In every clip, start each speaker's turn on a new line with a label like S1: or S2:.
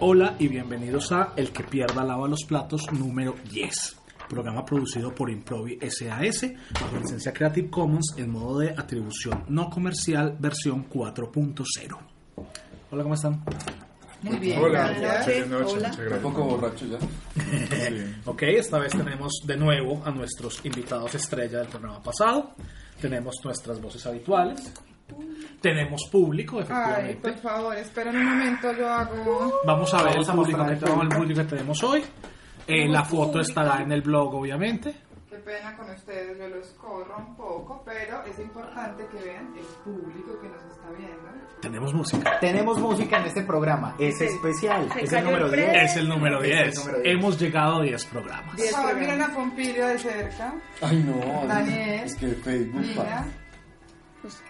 S1: Hola y bienvenidos a El que pierda lava los platos número 10, programa producido por Improvi SAS bajo licencia Creative Commons en modo de atribución no comercial versión 4.0. Hola, ¿cómo están?
S2: Muy bien.
S3: Hola,
S2: buenas
S3: buenas
S2: noches.
S3: noches,
S2: Hola.
S3: muchas
S4: Un
S3: gracias.
S4: poco borracho ya.
S3: Muy bien.
S1: Ok, esta vez tenemos de nuevo a nuestros invitados estrella del programa pasado. Tenemos nuestras voces habituales. Tenemos público,
S2: Ay,
S1: efectivamente.
S2: por favor, esperen un momento, yo hago...
S1: Vamos a ver
S4: Vamos a
S1: el, público
S4: mostrar
S1: que,
S4: el
S1: tenemos, el público que tenemos hoy. Eh, la foto estará en el blog, obviamente.
S2: Qué pena con ustedes, yo los corro un poco, pero es importante que vean el público que nos está viendo.
S1: Tenemos música.
S5: Tenemos música en este programa, es especial,
S6: Se
S5: es el
S6: cayó
S5: número
S6: el pre-
S5: 10.
S1: Es el número
S5: Es el
S1: 10.
S5: número 10.
S1: Hemos llegado a 10 programas.
S2: Por favor, miren a Pompilio de cerca,
S4: Ay, no.
S2: Daniel,
S4: Es que Facebook.
S2: Nina,
S4: pa-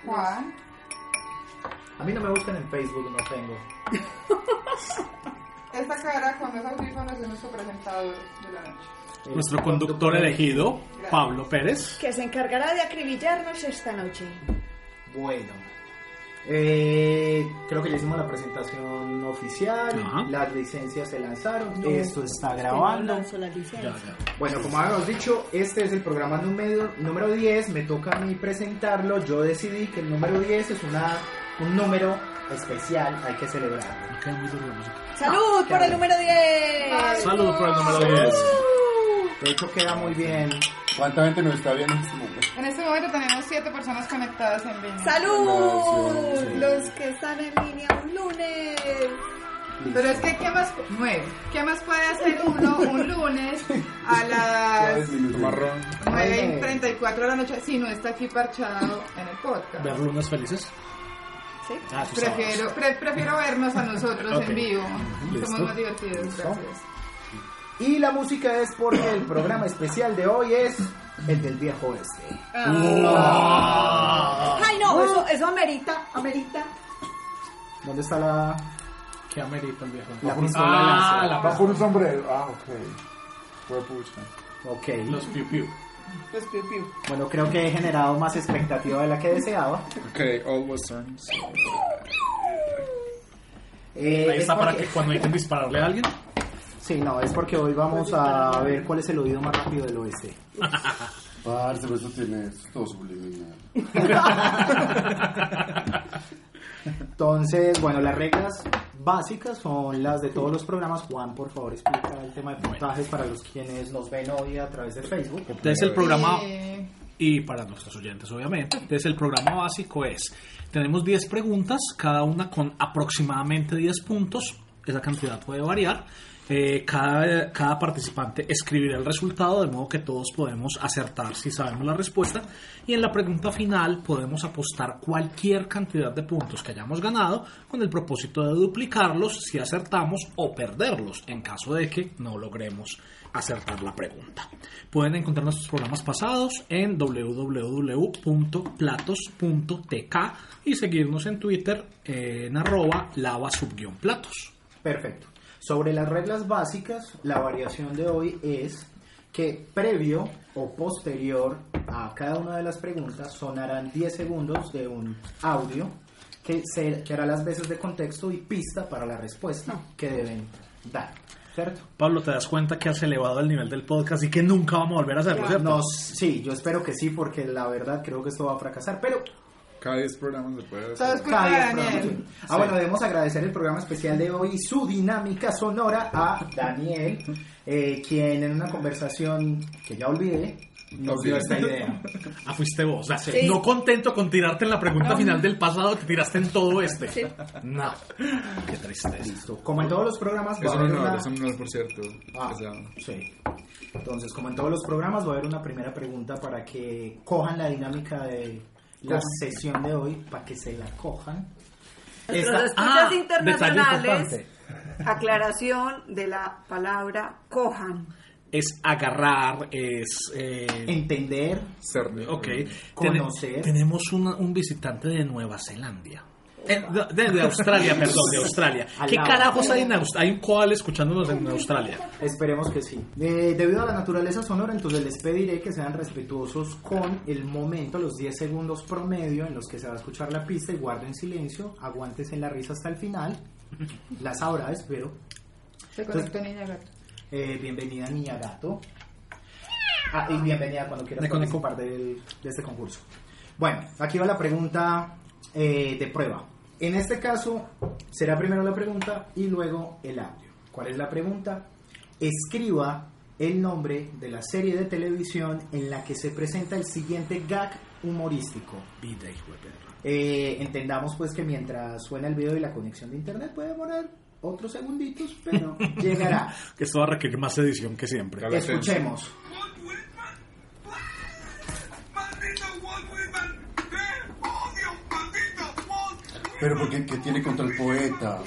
S2: Juan,
S5: A mí no me buscan en Facebook, no tengo. Eh,
S2: esta cara con los audífonos es nuestro presentador de la noche.
S1: Nuestro conductor elegido, Pablo Pérez.
S6: que se encargará de acribillarnos esta noche.
S5: Bueno, eh, creo que ya hicimos la presentación oficial,
S1: Ajá.
S5: las licencias se lanzaron, esto está grabando.
S1: Ya, ya.
S5: Bueno, como habíamos dicho, este es el programa número, número 10, me toca a mí presentarlo, yo decidí que el número 10 es una, un número especial, hay que celebrarlo.
S1: Me queda muy duro la música.
S6: ¡Salud por el número 10!
S1: Saludos por el número 10.
S5: De hecho queda muy bien.
S4: ¿Cuánta gente nos está viendo en este momento?
S2: En este momento tenemos siete personas conectadas en línea.
S6: ¡Salud!
S4: Gracias.
S6: Los que están en línea un lunes.
S2: Pero es que, ¿qué más, nueve, ¿qué más puede hacer uno un lunes a las
S4: Marrón.
S2: 9 y 34 de la noche si no está aquí parchado en el podcast?
S1: Ver lunas felices.
S6: Sí.
S1: Ah, sus
S2: Prefiero, pre- prefiero vernos a nosotros
S1: Ok.
S2: en vivo.
S1: Listo.
S2: Somos más divertidos.
S5: Listo.
S2: Gracias.
S5: Y la música es porque el programa especial de hoy es el del viejo oeste.
S1: Uh,
S2: Ah,
S1: Ah.
S6: ¡Ay, Ah. no! Eso, eso amerita, amerita.
S5: ¿Dónde está la,
S1: sábados. ¿Qué amerita el viejo?
S5: la pistola
S1: Ah,
S5: láser?
S1: la
S4: Va por un sombrero. Ah, ok. Fue pucha.
S5: Ok.
S1: Los piu piu.
S2: Los piu piu.
S5: Bueno, creo que he generado más expectativa de la que deseaba.
S4: Ok, all westerns.
S5: Eh,
S1: Ahí
S5: es
S1: está para
S5: porque-
S1: que cuando hay que dispararle a alguien.
S5: Sí, no, es porque hoy vamos a ver cuál es el oído más rápido del oeste.
S4: Parce, pero eso tiene. Esto es todo subliminal.
S5: Entonces, bueno, las reglas básicas son las de todos los programas. Juan, por favor, explica el tema de puntajes para los quienes nos ven hoy a través de Facebook.
S1: Entonces el programa
S2: Eh,
S1: y para nuestros oyentes, obviamente. Entonces, el programa básico es, tenemos 10 preguntas, cada una con aproximadamente 10 puntos, esa cantidad puede variar. Eh, cada, cada participante escribirá el resultado, de modo que todos podemos acertar si sabemos la respuesta. Y en la pregunta final podemos apostar cualquier cantidad de puntos que hayamos ganado con el propósito de duplicarlos si acertamos o perderlos en caso de que no logremos acertar la pregunta. Pueden encontrar nuestros programas pasados en www.platos.tk y seguirnos en Twitter eh, en arroba lava subguión platos.
S5: Perfecto. Sobre las reglas básicas, la variación de hoy es que previo o posterior a cada una de las preguntas sonarán 10 segundos de un audio que, se, que hará las veces de contexto y pista para la respuesta que deben dar. ¿Cierto?
S1: Pablo, ¿te das cuenta que has elevado el nivel del podcast y que nunca vamos a volver a hacerlo, cierto?
S5: No, sí, yo espero que sí, porque la verdad creo que esto va a fracasar, pero
S4: Cada 10 programas se puede
S2: Todo es
S4: hacer.
S2: culpa de
S5: Cada diez
S2: Daniel.
S5: programas. Ah, bueno, debemos agradecer el programa especial de hoy y su dinámica sonora a Daniel, eh, quien en una conversación que ya olvidé, nos dio esta idea.
S1: Ah, fuiste vos. O sea,
S6: Sí.
S1: No contento con tirarte en la pregunta final del pasado, te tiraste en todo este.
S6: Sí.
S1: No. Qué tristeza.
S5: Listo. Como en todos los programas, va
S4: Es
S5: a
S4: un
S5: haber
S4: honor,
S5: una...
S4: es un honor, por cierto.
S5: Ah,
S4: O sea,
S5: sí. Entonces, como en todos los programas, va a haber una primera pregunta para que cojan la dinámica de la sesión de hoy, para que se la cojan.
S6: Nuestros
S5: Esta-
S6: escuchas
S1: Ah, detalle
S6: internacionales.
S1: importante.
S6: Aclaración de la palabra cojan.
S1: Es agarrar, es... eh,
S5: Entender,
S4: cerne.
S1: Ok. Tene-
S5: Conocer.
S1: tenemos una- un visitante de Nueva Zelanda. Eh, de, de Australia, perdón, de Australia.
S5: Al
S1: ¿Qué
S5: lado.
S1: carajos hay en Australia? Hay un koal escuchándonos en Australia.
S5: Esperemos que sí. Eh, debido a la naturaleza sonora, entonces les pediré que sean respetuosos con el momento, los 10 segundos promedio en los que se va a escuchar la pista y guarden silencio, aguántense la risa hasta el final. Las habrá, espero.
S2: Se conectó niña gato.
S5: Eh, bienvenida niña gato. Ah, y bienvenida cuando quieras
S1: Me
S5: puedes
S1: conecto.
S5: participar del- de este concurso. Bueno, aquí va la pregunta eh, de prueba. En este caso, será primero la pregunta y luego el audio. ¿Cuál es la pregunta? Escriba el nombre de la serie de televisión en la que se presenta el siguiente gag humorístico.
S1: Vida, hijo de perra.
S5: Eh, entendamos pues que mientras suena el video y la conexión de internet puede demorar otros segunditos, pero llegará.
S1: Que esto va a requerir más edición que siempre.
S3: Claro.
S5: Escuchemos.
S7: Walt Whitman? ¡Maldito Walt Whitman! ¡Te odio, maldito Walt!
S4: Pero porque ¿qué tiene contra el poeta?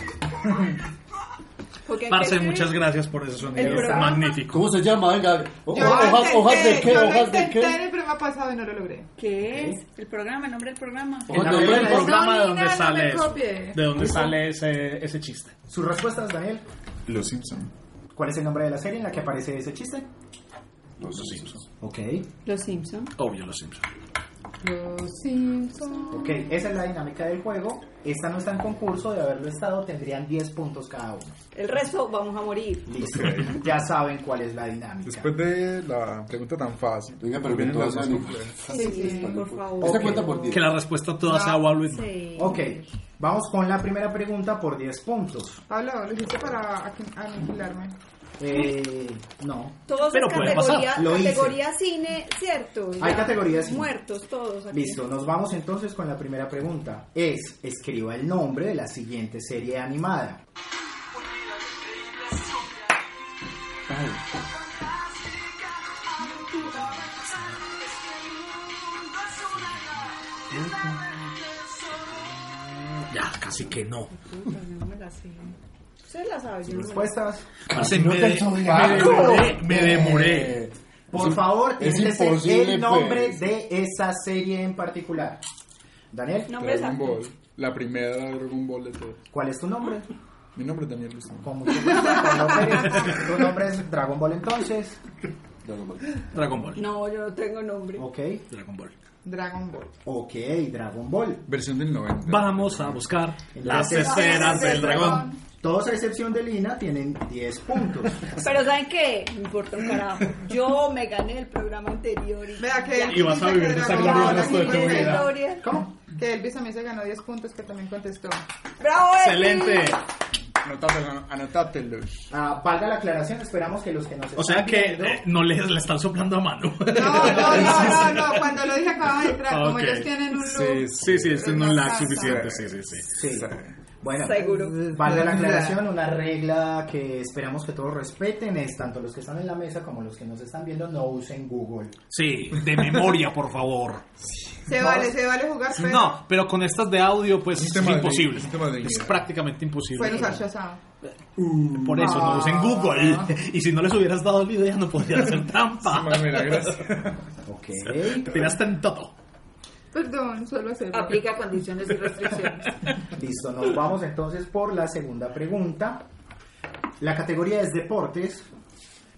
S6: Porque hay que
S1: Parce,
S6: escribir-
S1: muchas gracias por ese sonido
S6: El programa-
S1: magnífico.
S4: ¿Cómo se llama? Venga, o-
S2: Yo
S4: hojas,
S2: lo intenté,
S4: hojas de qué,
S2: yo lo
S4: hojas de
S2: intenté en
S4: qué.
S2: el programa pasado y no lo logré.
S6: ¿Qué es? El programa, el nombre del programa.
S4: Oh,
S1: El nombre del
S4: No,
S1: programa de
S2: Nina,
S1: dónde
S2: no me
S1: sale eso.
S2: copie.
S1: De dónde sale ese, ese chiste.
S5: Sus respuestas, Daniel.
S3: Los Simpson.
S5: ¿Cuál es el nombre de la serie en la que aparece ese chiste?
S4: No, eso sí.
S5: Ok.
S6: Los Simpson.
S1: Obvio, los Simpsons.
S2: Los Simpsons.
S5: Ok, esa es la dinámica del juego. Esta no está en concurso, de haberlo estado tendrían 10 puntos cada uno.
S6: El resto vamos a morir.
S5: Listo. Ya saben cuál es la dinámica.
S3: Después de la pregunta tan fácil.
S4: Venga, pero que
S3: vienen
S4: todas
S3: las más
S4: sean
S3: complejas.
S6: Sí,
S2: sí,
S6: por favor.
S4: Esta
S5: Ok.
S4: cuenta por 10.
S1: Que la respuesta toda sea Walt Whitman.
S6: Sí.
S5: Ok, vamos con la primera pregunta por 10 puntos.
S2: Pablo, lo hiciste para aqui- aniquilarme.
S5: Eh, no.
S6: Todos
S1: Pero
S6: es
S1: puede
S6: categoría,
S5: pasar. Lo hice.
S6: categoría cine, ¿cierto?
S5: Hay categoría cine.
S6: Muertos todos aquí.
S5: Listo, nos vamos entonces con la primera pregunta. Es, escriba el nombre de la siguiente serie animada.
S1: Ya, casi que no.
S6: Puta, no me la sé. Ustedes la saben. yo no me la sé.
S5: Respuestas.
S1: Parce,
S4: No
S1: me,
S4: te
S1: de-
S4: jodas.
S1: me demoré, me demoré.
S4: Eh,
S5: Por favor,
S4: es
S5: este es
S4: imposible,
S5: el nombre
S4: pues.
S5: de esa serie en particular. Daniel,
S6: Nombre
S3: Dragon
S6: exacto.
S3: Ball. La primera Dragon Ball de todos.
S5: ¿cuál es tu nombre?
S3: Mi nombre es Daniel Luzón.
S5: Con mucho gusto, Pablo Pérez. Tu nombre es Dragon Ball entonces.
S4: Dragon Ball.
S1: Dragon Ball.
S6: No, yo no tengo nombre.
S5: Ok.
S1: Dragon Ball.
S2: Dragon Ball.
S5: Ok, Dragon Ball.
S3: Versión del 90.
S1: Vamos a buscar las
S5: Las
S1: esferas del dragón.
S5: Todos a excepción de Lina tienen 10 puntos.
S6: Pero ¿saben qué? Me importa un carajo. Yo me gané el programa anterior. y-
S2: Vea que él
S1: Y vas a
S2: dice
S1: vivir
S2: que
S1: esa
S2: Dragon
S1: gloria
S2: Ball
S1: el resto de
S2: es
S1: tu
S2: muy
S1: vida.
S2: bueno.
S6: Gloria.
S5: ¿Cómo?
S2: Que Elvis también se ganó 10 puntos que también contestó.
S6: ¡Bravo, este. Elvis!
S1: Excelente.
S3: Anótatelo, anótatelos.
S5: Ah, valga la aclaración, esperamos que los que nos
S1: O sea
S5: están
S1: que
S5: viendo-
S1: eh, no le, le están soplando a mano.
S2: No, no, no, no, no. Cuando lo dije acababa de entrar. Como
S1: Ok.
S2: ellos tienen un
S1: Sí,
S2: loop.
S1: sí, sí, este no es un lag
S2: Ajá.
S1: suficiente. Sí, sí, sí.
S5: Sí. Bueno,
S6: Seguro.
S5: valga la aclaración, una regla que esperamos que todos respeten es tanto los que están en la mesa como los que nos están viendo no usen Google.
S1: Sí, de memoria, por favor.
S2: Se vale, se vale jugar, pero
S1: No, pero con estas de audio, pues es
S3: Sistema de-
S1: imposible.
S3: sistema de-
S1: Es prácticamente imposible.
S2: pueden usar Shazam.
S1: Por eso no usen
S2: Ah.
S1: Google. Y si no les hubieras dado el video, no podrían hacer trampa.
S3: Mira, gracias.
S5: Ok.
S1: Tiraste en todo.
S2: Perdón, solo hacerlo.
S6: Aplica condiciones y restricciones.
S5: Listo, nos vamos entonces por la segunda pregunta. La categoría es deportes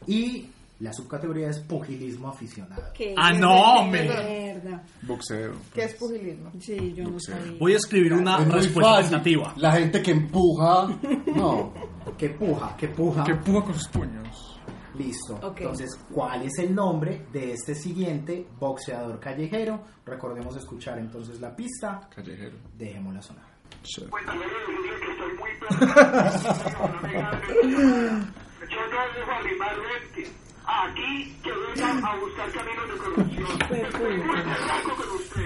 S5: y la subcategoría es pugilismo aficionado.
S6: Que
S1: Ah,
S6: es
S1: no,
S6: de
S1: hombre.
S6: Mierda.
S3: Boxeo.
S2: ¿Qué es pugilismo?
S6: Sí, yo no sabía.
S1: Voy a escribir una
S4: Es muy
S1: respuesta
S4: fácil.
S1: tentativa.
S4: La gente que empuja. No.
S5: ¿Qué puja? ¿Qué puja?
S3: Que puja con sus puños.
S5: Listo.
S6: Ok.
S5: Entonces, ¿cuál es el nombre de este siguiente boxeador callejero? Recordemos escuchar entonces la pista.
S3: Callejero.
S5: Dejémosla sonar.
S3: Shit.
S7: Pues, "Ah, Yo no dejo a limar gente. Aquí que vengan a buscar caminos de corrupción. Estoy con usted.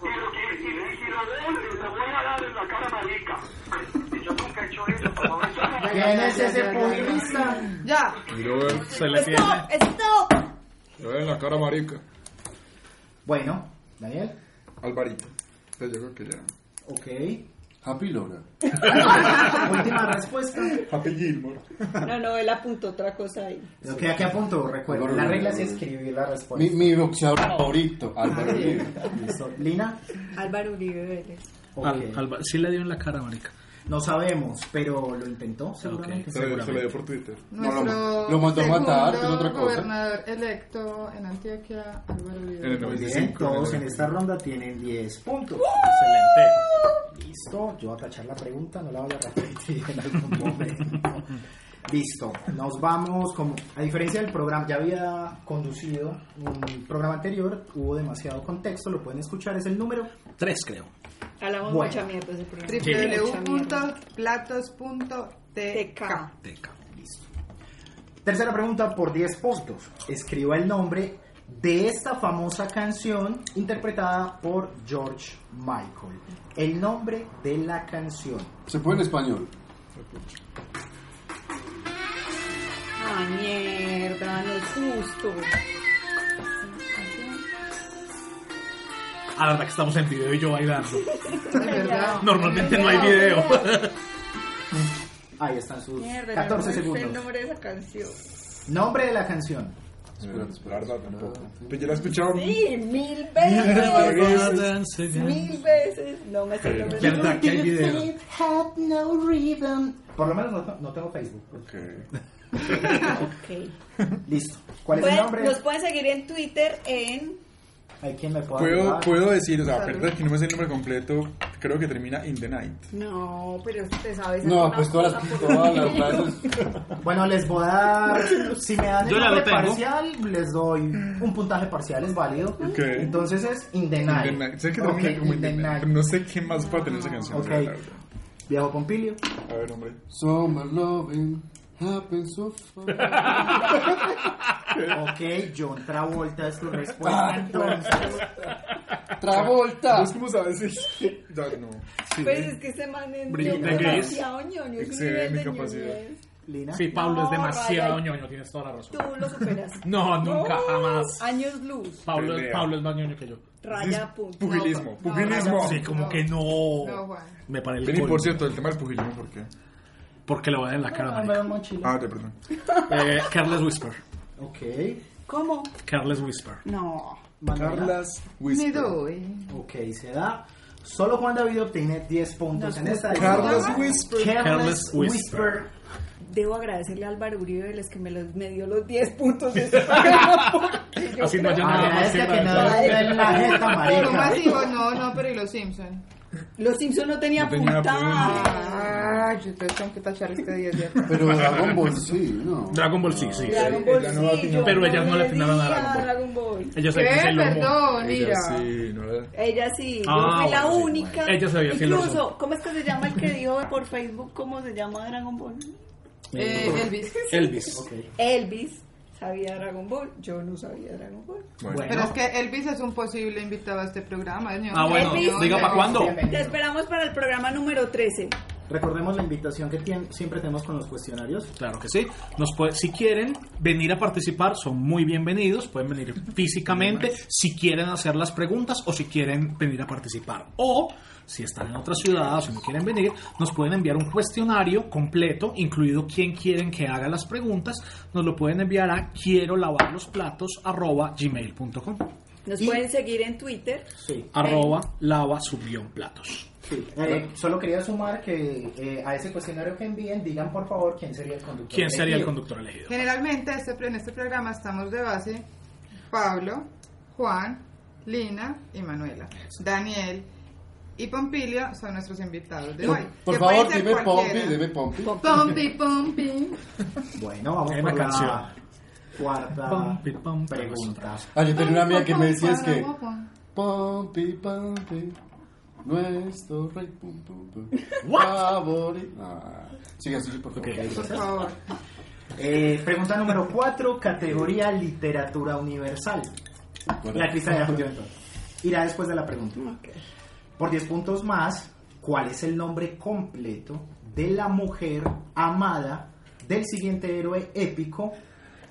S7: Pero que si, si lo veo, le voy a dar en la cara marica. Yo nunca he hecho eso, por favor. Yo no-
S5: ¿Quién es ese pugilista?
S2: Ya.
S3: Y lo veo,
S1: Se le tiene.
S6: ¡Stop! ¡Stop!
S3: lo veo en la cara marica.
S5: Bueno, Daniel.
S3: Alvarito. Entonces yo creo que ya.
S5: Ok.
S4: Happy Lora.
S5: Última respuesta.
S3: Happy Gilmore.
S6: No, no, él apuntó otra cosa ahí.
S5: Lo que aquí apunto, recuerden. La regla es escribir la respuesta.
S4: Mi, mi boxeador favorito, Álvaro Uribe.
S5: Listo. Lina.
S6: Álvaro Uribe Vélez.
S5: Ok.
S1: Al- al- sí le dio en la cara, marica.
S5: No sabemos, pero lo intentó seguramente.
S3: Se le, se le dio por Twitter.
S4: No,
S2: Nuestro
S4: lo- lo mandó a matar,
S2: segundo
S4: es otra cosa.
S2: gobernador electo en Antioquia, Álvaro
S3: En el
S2: Uribe.
S5: Muy bien,
S3: 95.
S1: ¡Uh!
S5: todos en esta ronda tienen 10 puntos.
S1: Excelente.
S5: Listo, yo voy a tachar la pregunta, no la voy a repetir en algún momento. Listo, nos vamos. Como, a diferencia del programa, ya había conducido un programa anterior, hubo demasiado contexto, lo pueden escuchar, es el número.
S1: Tres, creo.
S6: Hablamos
S5: Bueno.
S6: mucha mierda ese programa.
S2: www.platos.tk
S6: TK.
S1: Teca.
S5: Tercera pregunta por 10 puntos. Escriba el nombre de esta famosa canción interpretada por George Michael. El nombre de la canción.
S4: Se puede en español.
S3: Eh,
S6: Ah, mierda, no es justo.
S1: Ah, la verdad que estamos en video y yo bailando.
S2: De verdad.
S1: Normalmente no hay video.
S5: Ahí están sus
S6: Mierda,
S5: 14
S6: no sé el
S5: segundos.
S6: nombre de esa canción.
S5: Nombre de la canción.
S4: Espérate,
S3: La
S4: espérate. Ah.
S3: verdad, tampoco. Pues yo la he escuchado.
S6: Sí, mil veces. Mil veces. No me sé el nombre de
S1: Verdad que hay video.
S5: Had no rhythm. Por lo menos no, no tengo Facebook. pues.
S4: Ok.
S6: Ok.
S5: Listo. ¿Cuál es el
S6: Pueden-
S5: nombre?
S6: nos pueden seguir en Twitter en
S5: ¿Hay quien me pueda
S3: Puedo,
S5: ayudar?
S3: puedo decir, o sea, perdón, que no me sé el nombre completo. Creo que termina in the night.
S6: No, pero te sabes
S4: No,
S6: alguna
S4: pues todas
S6: cosa
S4: las,
S6: por-
S4: todas las clases.
S5: Bueno, les voy a dar. Si me dan
S1: Yo
S5: el
S1: ya lo
S5: nombre
S1: tengo.
S5: parcial, les doy un puntaje parcial, es válido.
S3: Ok.
S5: Entonces es In the
S3: In
S5: Night.
S3: the night. Sé que
S5: Ok,
S3: termina como in the night, pero
S5: Night.
S3: no sé qué más para tener esa canción. o sea,
S5: Ok.
S3: la verdad.
S5: Viejo Pompilio.
S3: A ver, hombre.
S4: Summer loving happens so far.
S5: Ok, John Travolta
S1: Ah,
S5: es tu respuesta. Entonces,
S4: Travolta.
S3: ¿Vos cómo sabes eso? Ya, no.
S6: Pues es que este man es
S1: Brillante
S6: ñoño,
S1: que es.
S6: demasiado ñoño, es un
S3: Excede
S6: nivel
S3: mi
S6: de
S3: capacidad.
S6: ñoñez.
S5: Lina.
S1: Sí, Pablo es
S6: No,
S1: demasiado
S6: Raya.
S1: ñoño, tienes toda la razón.
S6: Tú lo superas.
S1: No, nunca, jamás.
S6: Años luz,
S1: Pablo,
S3: Pelea.
S1: Pablo es más ñoño que yo.
S6: raya punto.
S3: Pugilismo.
S6: No,
S3: Pugilismo.
S1: Sí, como que no.
S2: No, Juan.
S1: Me paré el
S3: Vení,
S1: colmo.
S3: por cierto, el tema del pugilismo, ¿por qué?
S1: Porque le voy a dar en la cara,
S5: Ah, me
S1: marica.
S5: da mochila.
S3: Ah, ya, perdón.
S1: Eh, Careless Whisper.
S5: Ok.
S6: ¿Cómo?
S1: Careless Whisper.
S6: No.
S5: Manuela.
S3: Carlas
S2: Ni
S3: Whisper.
S2: doy.
S5: Ok, se da. Solo Juan David obtiene 10 puntos en esta.
S3: Carlos Whisper.
S5: Carlos
S1: Carlos Whisper.
S5: Whisper.
S6: Debo agradecerle a Álvaro Uribe los que me, los, me dio los 10 puntos de este programa, porque yo
S1: Así no haya
S6: creo-
S1: nada más
S5: Agradezca que no
S1: agradecer.
S5: le den la jeta,
S2: Pero
S5: marica.
S2: masivo, no, no, pero y los Simpson.
S6: Los Simpson no tenía
S3: No tenía
S6: puntaje.
S3: puntaje.
S2: Ay, entonces tengo que tachar este 10 de acá.
S4: Pero Dragon Ball sí, ¿no?
S1: Dragon Ball sí, sí.
S6: Dragon
S3: Ella
S6: Ball
S3: no la
S6: sí,
S3: atinó.
S6: yo
S1: Pero ellas no le
S6: le di
S1: atinaron a Dragon Ball.
S6: Dragon Ball.
S1: Ellos
S2: ¿Qué?
S1: se dicen lo
S2: Perdón,
S3: Ella
S2: mira.
S3: sí, no era.
S6: Ella sí,
S1: Ah,
S6: yo fui la
S1: bueno, sí,
S6: única.
S1: bueno. Ella sabía que lo
S6: Incluso, ¿cómo es que se llama el que dijo por Facebook cómo se llama Dragon Ball?
S2: Eh, Elvis.
S1: Elvis.
S5: Ok.
S6: Elvis sabía Dragon Ball, yo no sabía Dragon Ball.
S3: Bueno,
S2: Pero es que Elvis es un posible invitado a este programa. señor.
S1: Ah, bueno,
S6: Elvis.
S1: diga para cuándo.
S6: Te esperamos para el programa número 13.
S5: Recordemos la invitación que tien- siempre tenemos con los cuestionarios.
S1: Claro que sí. Nos puede- si quieren venir a participar, son muy bienvenidos. Pueden venir físicamente si quieren hacer las preguntas o si quieren venir a participar. O si están en otra ciudad o si no quieren venir, nos pueden enviar un cuestionario completo, incluido quién quieren que haga las preguntas. Nos lo pueden enviar a quiero lavar los platos arroba gmail.com.
S6: Nos
S5: Y-
S6: pueden seguir en Twitter.
S5: Sí.
S1: Arroba lava subión platos.
S5: sí. Eh, solo quería sumar que eh, a ese cuestionario que envíen, digan por favor quién sería el conductor.
S1: ¿Quién sería el
S5: elegido.
S1: conductor elegido?
S2: Generalmente este, en este programa estamos de base Pablo, Juan, Lina y Manuela. Daniel y Pompilio son nuestros invitados de hoy.
S4: Por
S2: que
S4: favor,
S2: pueden ser
S4: dime Pompi,
S2: cualquiera.
S4: dime Pompi.
S2: Pompi, Pompi.
S5: Bueno, vamos
S1: Hay
S5: por
S1: una
S5: la
S1: canción.
S5: cuarta
S1: Pam, pi, pam, pam,
S5: pregunta.
S4: Ah, yo tenía una amiga que me decía es que...
S2: Pom,
S4: Pompi, Pompi, nuestro rey, pum, pum, pum,
S1: What?
S4: favorito. Ah, sigue, sigue, por favor.
S2: Por favor.
S5: Eh, pregunta número 4, categoría literatura universal.
S4: Bueno.
S5: La Cristina ya respondió entonces. Irá después de la pregunta. Por 10 puntos más, ¿cuál es el nombre completo de la mujer amada del siguiente héroe épico?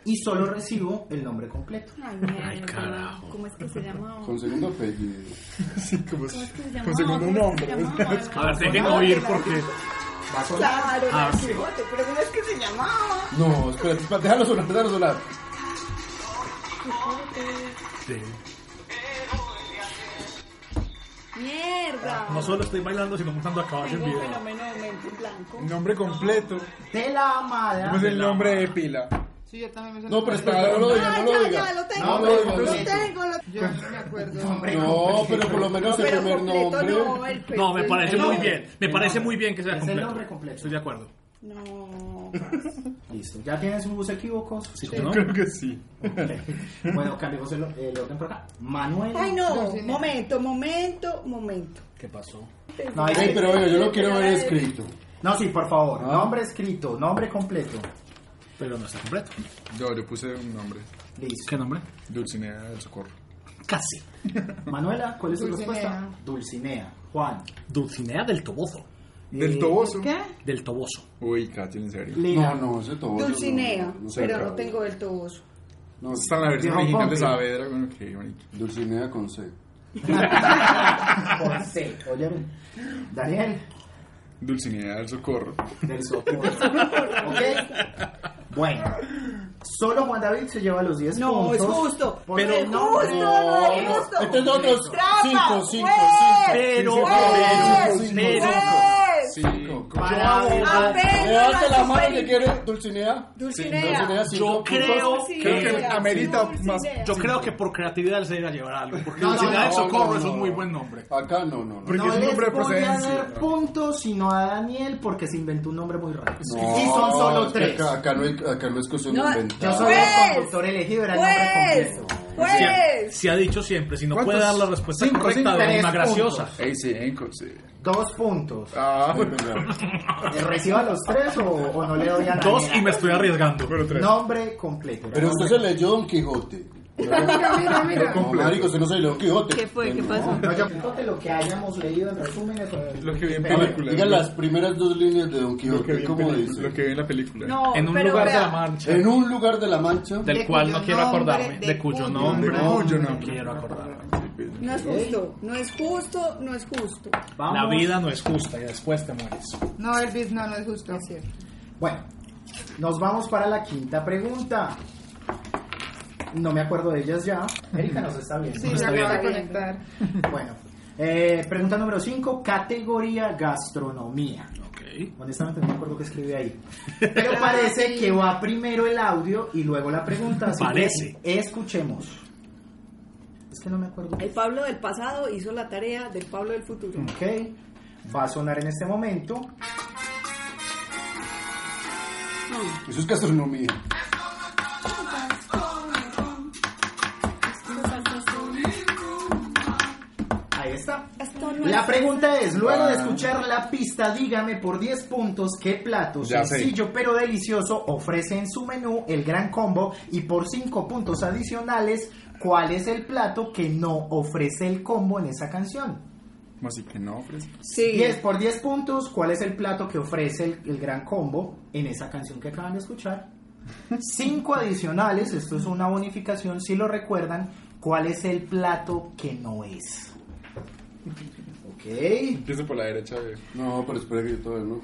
S5: Y solo recibo el nombre completo.
S6: Ay, mierda.
S1: Ay, carajo.
S6: ¿Cómo es que se llama?
S4: Con segundo apellido.
S3: sí, como
S6: ¿Cómo es que se
S3: con
S6: llama?
S3: segundo
S6: ¿Cómo es que
S3: nombre.
S6: se llamaba?
S1: A ver, dejen oír porque...
S5: Va a sonar.
S6: Claro,
S1: Ah,
S6: la
S1: sí.
S6: Quijote, pero ¿cómo es que se llamaba?
S4: No, espérate, espérate, déjalo sonar, déjalo sonar.
S6: Mierda.
S1: No solo estoy bailando, sino montando a caballo en
S6: Tengo un
S1: video.
S6: fenómeno de mente en blanco.
S3: Nombre completo.
S5: De la amada.
S1: Pues
S3: ¿Cómo es el nombre de pila?
S2: Sí, yo también me sé
S4: No, pero
S2: los
S4: espera, no
S2: nombres.
S4: lo diga,
S6: Ah,
S4: no lo
S6: ya,
S4: diga.
S6: ya, lo tengo,
S4: No lo diga,
S6: lo
S4: no lo diga.
S6: tengo, lo
S2: Yo no me acuerdo.
S4: No, pero por lo menos el
S6: pero
S4: primer
S6: completo
S4: nombre.
S6: no, el pe-
S1: No, me
S6: el
S1: parece
S6: nombre.
S1: muy bien. Me
S5: El
S1: parece
S5: nombre.
S1: muy bien que sea
S5: Es el
S1: completo.
S5: nombre completo.
S1: Estoy de acuerdo.
S6: No.
S5: Listo. ¿Ya tienes un bus equívoco?
S1: Sí, ¿no?
S3: Creo que sí.
S5: bueno, cambiemos el, el orden por acá. Manuel.
S6: Ay, no,
S2: No, sí, no.
S6: momento, momento, momento.
S1: ¿Qué pasó?
S5: No, ahí
S4: Ay,
S5: sí.
S4: pero oiga, yo lo quiero ver escrito.
S5: No, sí, por favor. Nombre escrito, nombre completo.
S1: Pero no está completo.
S3: Yo, yo puse un nombre.
S5: Listo.
S1: ¿Qué nombre?
S3: Dulcinea del Socorro.
S1: Casi.
S5: Manuela, ¿cuál es tu
S2: Dulcinea.
S5: respuesta? Dulcinea. Juan.
S1: Dulcinea del Toboso.
S3: ¿Del
S5: Eh,
S3: Toboso?
S2: ¿Qué?
S1: Del Toboso.
S3: Uy, Katy, en serio.
S5: Lina.
S4: No, no, ese todo.
S6: Dulcinea,
S4: sé,
S6: pero
S4: claro.
S6: no tengo el toboso.
S4: No,
S3: Está en la versión
S5: Viejo
S3: original de
S5: Pompi.
S3: Saavedra. Bueno, qué bonito.
S4: Dulcinea con C.
S5: Con C. ¿Oyeron? Daniel.
S3: Dulcinea del Socorro.
S5: Del soporte. ¿Ok? Bueno. Solo Juan David se lleva los 10
S6: No,
S5: puntos.
S6: es justo.
S5: Porque
S6: Pero es
S5: no,
S6: justo, no es justo.
S4: Este es otro.
S6: Trampa,
S4: Cinco, cinco,
S6: juez,
S1: Pero,
S4: Sí,
S1: pero,
S4: sí, sí,
S1: pero.
S6: juez.
S3: Sí.
S5: Para
S6: Apenas
S4: Levante la mano que
S6: superin-
S4: quiere Dulcinea.
S6: Dulcinea.
S4: Dulcinea, cinco
S1: Yo
S4: puntos.
S1: creo
S6: Dulcinea,
S1: que-
S3: creo que amerita
S6: Dulcinea.
S3: más-
S1: Yo creo que por creatividad él se iba a llevar algo. Porque
S5: No, no,
S1: Dulcinea
S5: no,
S1: del Socorro
S4: no, no,
S1: es un
S4: no.
S1: muy buen nombre.
S4: Acá no, no, no.
S3: Porque
S5: no
S3: es un
S5: les
S3: nombre de
S5: voy a
S3: procedencia.
S5: dar puntos sino a Daniel porque se inventó un nombre muy raro.
S4: No,
S5: y son solo
S4: es que
S5: tres.
S4: Acá, acá no, hay, acá no es que se
S6: No,
S4: lo
S5: Yo soy
S6: Pues,
S5: el conductor elegido, era el nombre
S6: Juez,
S5: completo.
S1: Se,
S6: juez.
S1: se ha dicho siempre, si no
S3: ¿Cuántos?
S1: puede dar la respuesta
S3: Cinco,
S1: correcta
S3: cinco,
S1: de
S5: tres
S1: una graciosa.
S5: puntos.
S3: Ey, cinco, sí.
S5: Dos puntos.
S3: Ah, bueno.
S5: Eh, ¿Reciba los tres o, o no le doy a nadie?
S1: Dos y me estoy arriesgando.
S3: Número tres.
S5: Nombre completo.
S4: Pero usted se leyó Don Quijote.
S2: Mira, mira, mira.
S4: No, marico, usted no se leyó Don Quijote.
S6: ¿Qué fue? ¿Qué
S4: No.
S6: pasó?
S5: No, yo conté lo que hayamos leído en resúmenes. o-
S3: Lo que vi en
S4: A ver,
S3: película.
S4: Diga las primeras dos líneas de Don
S3: Lo que vi
S4: Quijote,
S3: en
S4: ¿cómo
S3: peli-
S4: dice?
S3: lo que vi en la película.
S6: No,
S1: En un
S6: pero
S1: lugar de
S6: vea,
S1: la marcha.
S4: En un lugar de la mancha.
S1: del
S2: De
S1: cual
S2: cuyo
S1: no quiero
S2: nombre,
S1: acordarme,
S2: de
S1: de cuyo
S2: cuyo
S1: nombre,
S3: nombre.
S1: no quiero acordarme.
S6: No
S4: ¿Eh?
S6: es justo, no es justo, no es justo.
S5: Vamos.
S1: La vida no es justa y después te mueres.
S2: No, Elvis, no, no es justo.
S6: Es cierto.
S5: Bueno, nos vamos para la quinta pregunta. No me acuerdo de ellas ya. Erika nos está viendo.
S2: Sí, se acaba de
S6: bien.
S2: conectar.
S5: Bueno, eh, pregunta número 5, categoría gastronomía.
S1: Ok.
S5: Honestamente no me acuerdo qué escribí ahí. Pero parece que va primero el audio y luego la pregunta. así que
S1: Parece.
S5: Escuchemos. Es que no me acuerdo.
S6: El Pablo del pasado hizo la tarea del Pablo del futuro.
S4: Mm.
S5: Ok, va a sonar en este momento.
S4: Eso es gastronomía.
S5: Ahí está.
S6: Esto no
S5: La
S6: es-
S5: pregunta es, luego
S3: Ah.
S5: de escuchar la pista, dígame por 10 puntos qué plato
S3: Ya sé.
S5: sencillo pero delicioso ofrece en su menú el gran combo y por 5 puntos adicionales, ¿cuál es el plato que no ofrece el combo en esa canción?
S3: Como así que no, pues.
S5: 10 por 10 puntos, ¿cuál es el plato que ofrece el, el gran combo en esa canción que acaban de escuchar? 5 adicionales, esto es una bonificación, si lo recuerdan, ¿cuál es el plato que no es? Ok.
S3: Empiezo por la derecha. güey.
S4: No, pero espera que yo todavía no.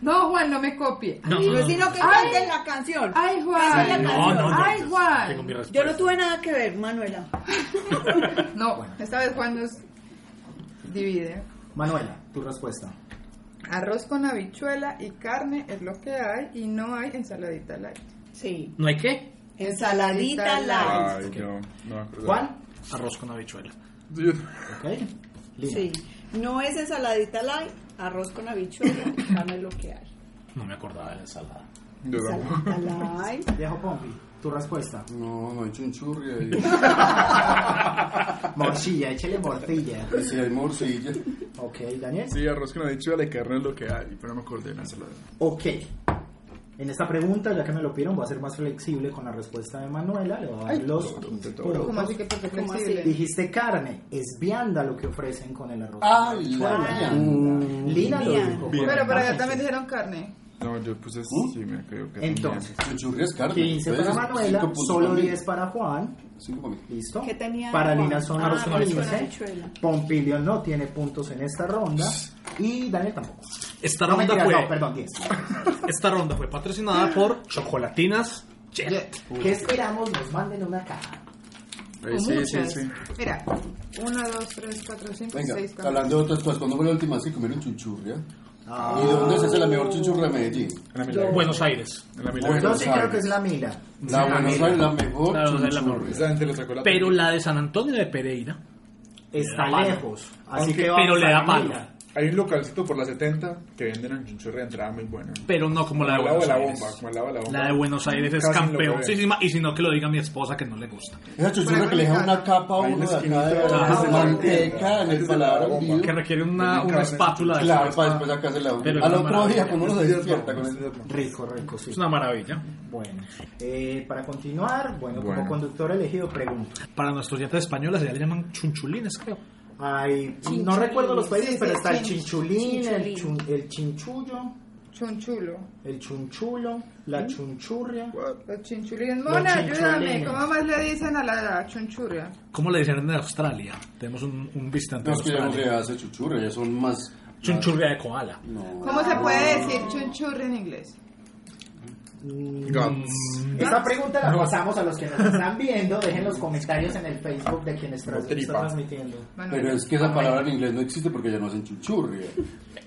S2: No, Juan, no me copie.
S1: No,
S6: Y no
S1: no,
S6: es sino que
S2: Ay.
S6: canten la canción.
S2: Ay,
S6: Esa
S2: Juan.
S6: es la
S1: no,
S6: canción.
S1: no, no.
S2: Ay, Juan.
S1: Tengo mi
S6: Yo
S1: respuesta.
S6: no tuve nada que ver, Manuela.
S2: No, esta vez Juan nos divide.
S5: Manuela, tu respuesta.
S2: Arroz con habichuela y carne es lo que hay y no hay ensaladita light.
S6: Sí.
S1: ¿No hay qué?
S6: Ensaladita light.
S3: Ay, yo no me acuerdo.
S5: Juan,
S1: Arroz con habichuela.
S3: Yo-
S5: ok. Lina.
S6: Sí. No es ensaladita light, arroz con habichuela, dame lo que hay.
S1: No me acordaba de la ensalada.
S3: Yo tampoco.
S6: Ensaladita light.
S5: Viejo Pompi, tu respuesta.
S4: No, no hay chunchurria. ahí.
S5: Morcilla, échale morcilla.
S4: Y si hay morcilla.
S5: Ok, Daniel.
S3: Sí, arroz con habichuela y carne es lo que hay, pero no me acordé de la ensalada.
S5: Ok. En esta pregunta, ya que me lo pidieron, voy a ser más flexible con la respuesta de Manuela. Le voy a dar los
S3: tonto, tonto.
S5: puntos.
S2: ¿Cómo así que porque
S6: ¿Cómo
S2: flexible?
S5: Dijiste carne, es vianda lo que ofrecen con el arroz.
S6: Ah,
S4: ¡Ay, la mierda!
S6: Mm,
S5: Lina lo
S6: Vianda.
S5: dijo.
S2: Pero para allá
S5: correctamente.
S2: también dijeron carne.
S3: No, yo puse sí, me creo que
S5: Entonces,
S4: Chunchurria es carne.
S5: 15 para
S4: Entonces,
S5: pues, Manuela,
S4: Pues, cinco puntos
S5: solo
S4: para mí.
S5: 10 para Juan.
S4: Cinco para mí.
S5: ¿Listo?
S6: ¿Qué tenía
S5: Para
S6: Juan?
S5: Lina son
S6: Ah,
S5: los
S6: arroz con
S5: 15.
S6: habichuela.
S5: Pompilio no tiene puntos en esta ronda. Y Daniel tampoco.
S1: Esta
S5: No,
S1: ronda
S5: mentira,
S1: fue.
S5: no, perdón, 10.
S1: Esta ronda fue patrocinada por Chocolatinas Jet.
S5: ¿Qué esperamos? Nos manden una caja.
S3: bien. Eh,
S2: Con
S3: Sí, sí,
S2: muchas.
S3: sí.
S2: Mira, 1, 2, 3, 4, 5,
S4: Venga,
S2: 6,
S4: hablando de otras cosas, ¿cuándo fue la última vez que comieron chunchurria?
S5: Ah.
S4: ¿Y dónde se hace la mejor chinchurra de Medellín?
S3: En la milagro.
S1: Buenos Aires.
S3: En la
S5: Yo
S3: milagro.
S5: sí creo que es la mira.
S4: La Buenos Aires, la mejor
S1: La Buenos Aires, la
S4: chinchurra.
S3: Esa gente lo sacó la
S1: Pero la de San Antonio de Pereira,
S5: Está
S1: Le da palo.
S5: lejos. Así
S3: Aunque-
S5: que vamos
S1: pero le
S5: a
S1: da
S5: la
S1: palo.
S5: mira.
S3: Hay un localcito por la 70 que venden una chinchurra de entrada muy buena.
S1: Pero no como la de
S3: Al lado
S1: Buenos
S3: de la
S1: Aires.
S3: bomba, como al lado de la bomba.
S1: La de Buenos Aires es
S3: Casi
S1: campeón.
S3: lo que
S1: Sí,
S3: ve.
S1: sí, ma- y si no, que lo diga mi esposa que no le gusta.
S4: Esa chinchurra que le deja Ah, una capa a
S3: Ahí en la
S4: uno de acá
S3: esquinita,
S4: de Ah,
S3: antes
S1: de la-
S4: manteca en el
S3: antes de la
S4: paladar
S3: bomba.
S4: hundido.
S1: Que requiere una,
S3: Tenía que
S1: una
S3: haber-
S1: espátula de
S4: Claro,
S1: cerveza.
S4: pues, para después sacarse la
S1: Ah, Pero
S4: Al
S1: es una
S4: otro día,
S1: maravilla.
S4: cuando uno se
S3: Estoy de
S4: despierta
S3: acuerdo,
S4: con
S3: estoy
S4: el...
S3: de acuerdo.
S5: Rico, rico, sí.
S1: Es una maravilla.
S5: Bueno, eh, para continuar, bueno, como
S3: Bueno.
S5: conductor elegido pregunto.
S1: Para nuestros yates españoles ya le llaman chunchulines, creo.
S5: Ay, no
S6: Chinchulín.
S5: recuerdo los países,
S2: Sí,
S5: pero
S2: sí,
S5: está el
S2: chin-
S5: chinchulín, El,
S6: chinchulín.
S5: chun- el chinchullo,
S2: Chunchulo.
S5: el chunchulo, la chunchurria.
S2: Los chinchulines. Mona, ayúdame.
S5: chinchulines.
S2: ¿Cómo más le dicen a la chunchurria?
S1: ¿Cómo le dicen en Australia? Tenemos un, un visitante
S4: No,
S1: de
S4: es que ya no se
S1: Australia.
S4: hace chuchurra, ya son más...
S1: Chunchurria de koala.
S4: No.
S2: ¿Cómo se puede decir chunchurria en inglés?
S3: Guts.
S5: Esta pregunta la pasamos a los que nos están viendo. Dejen los comentarios en el Facebook de quienes
S3: No
S5: trans- están
S3: tripa.
S5: transmitiendo.
S4: Pero es que esa palabra en inglés no existe porque ya no hacen chuchurria.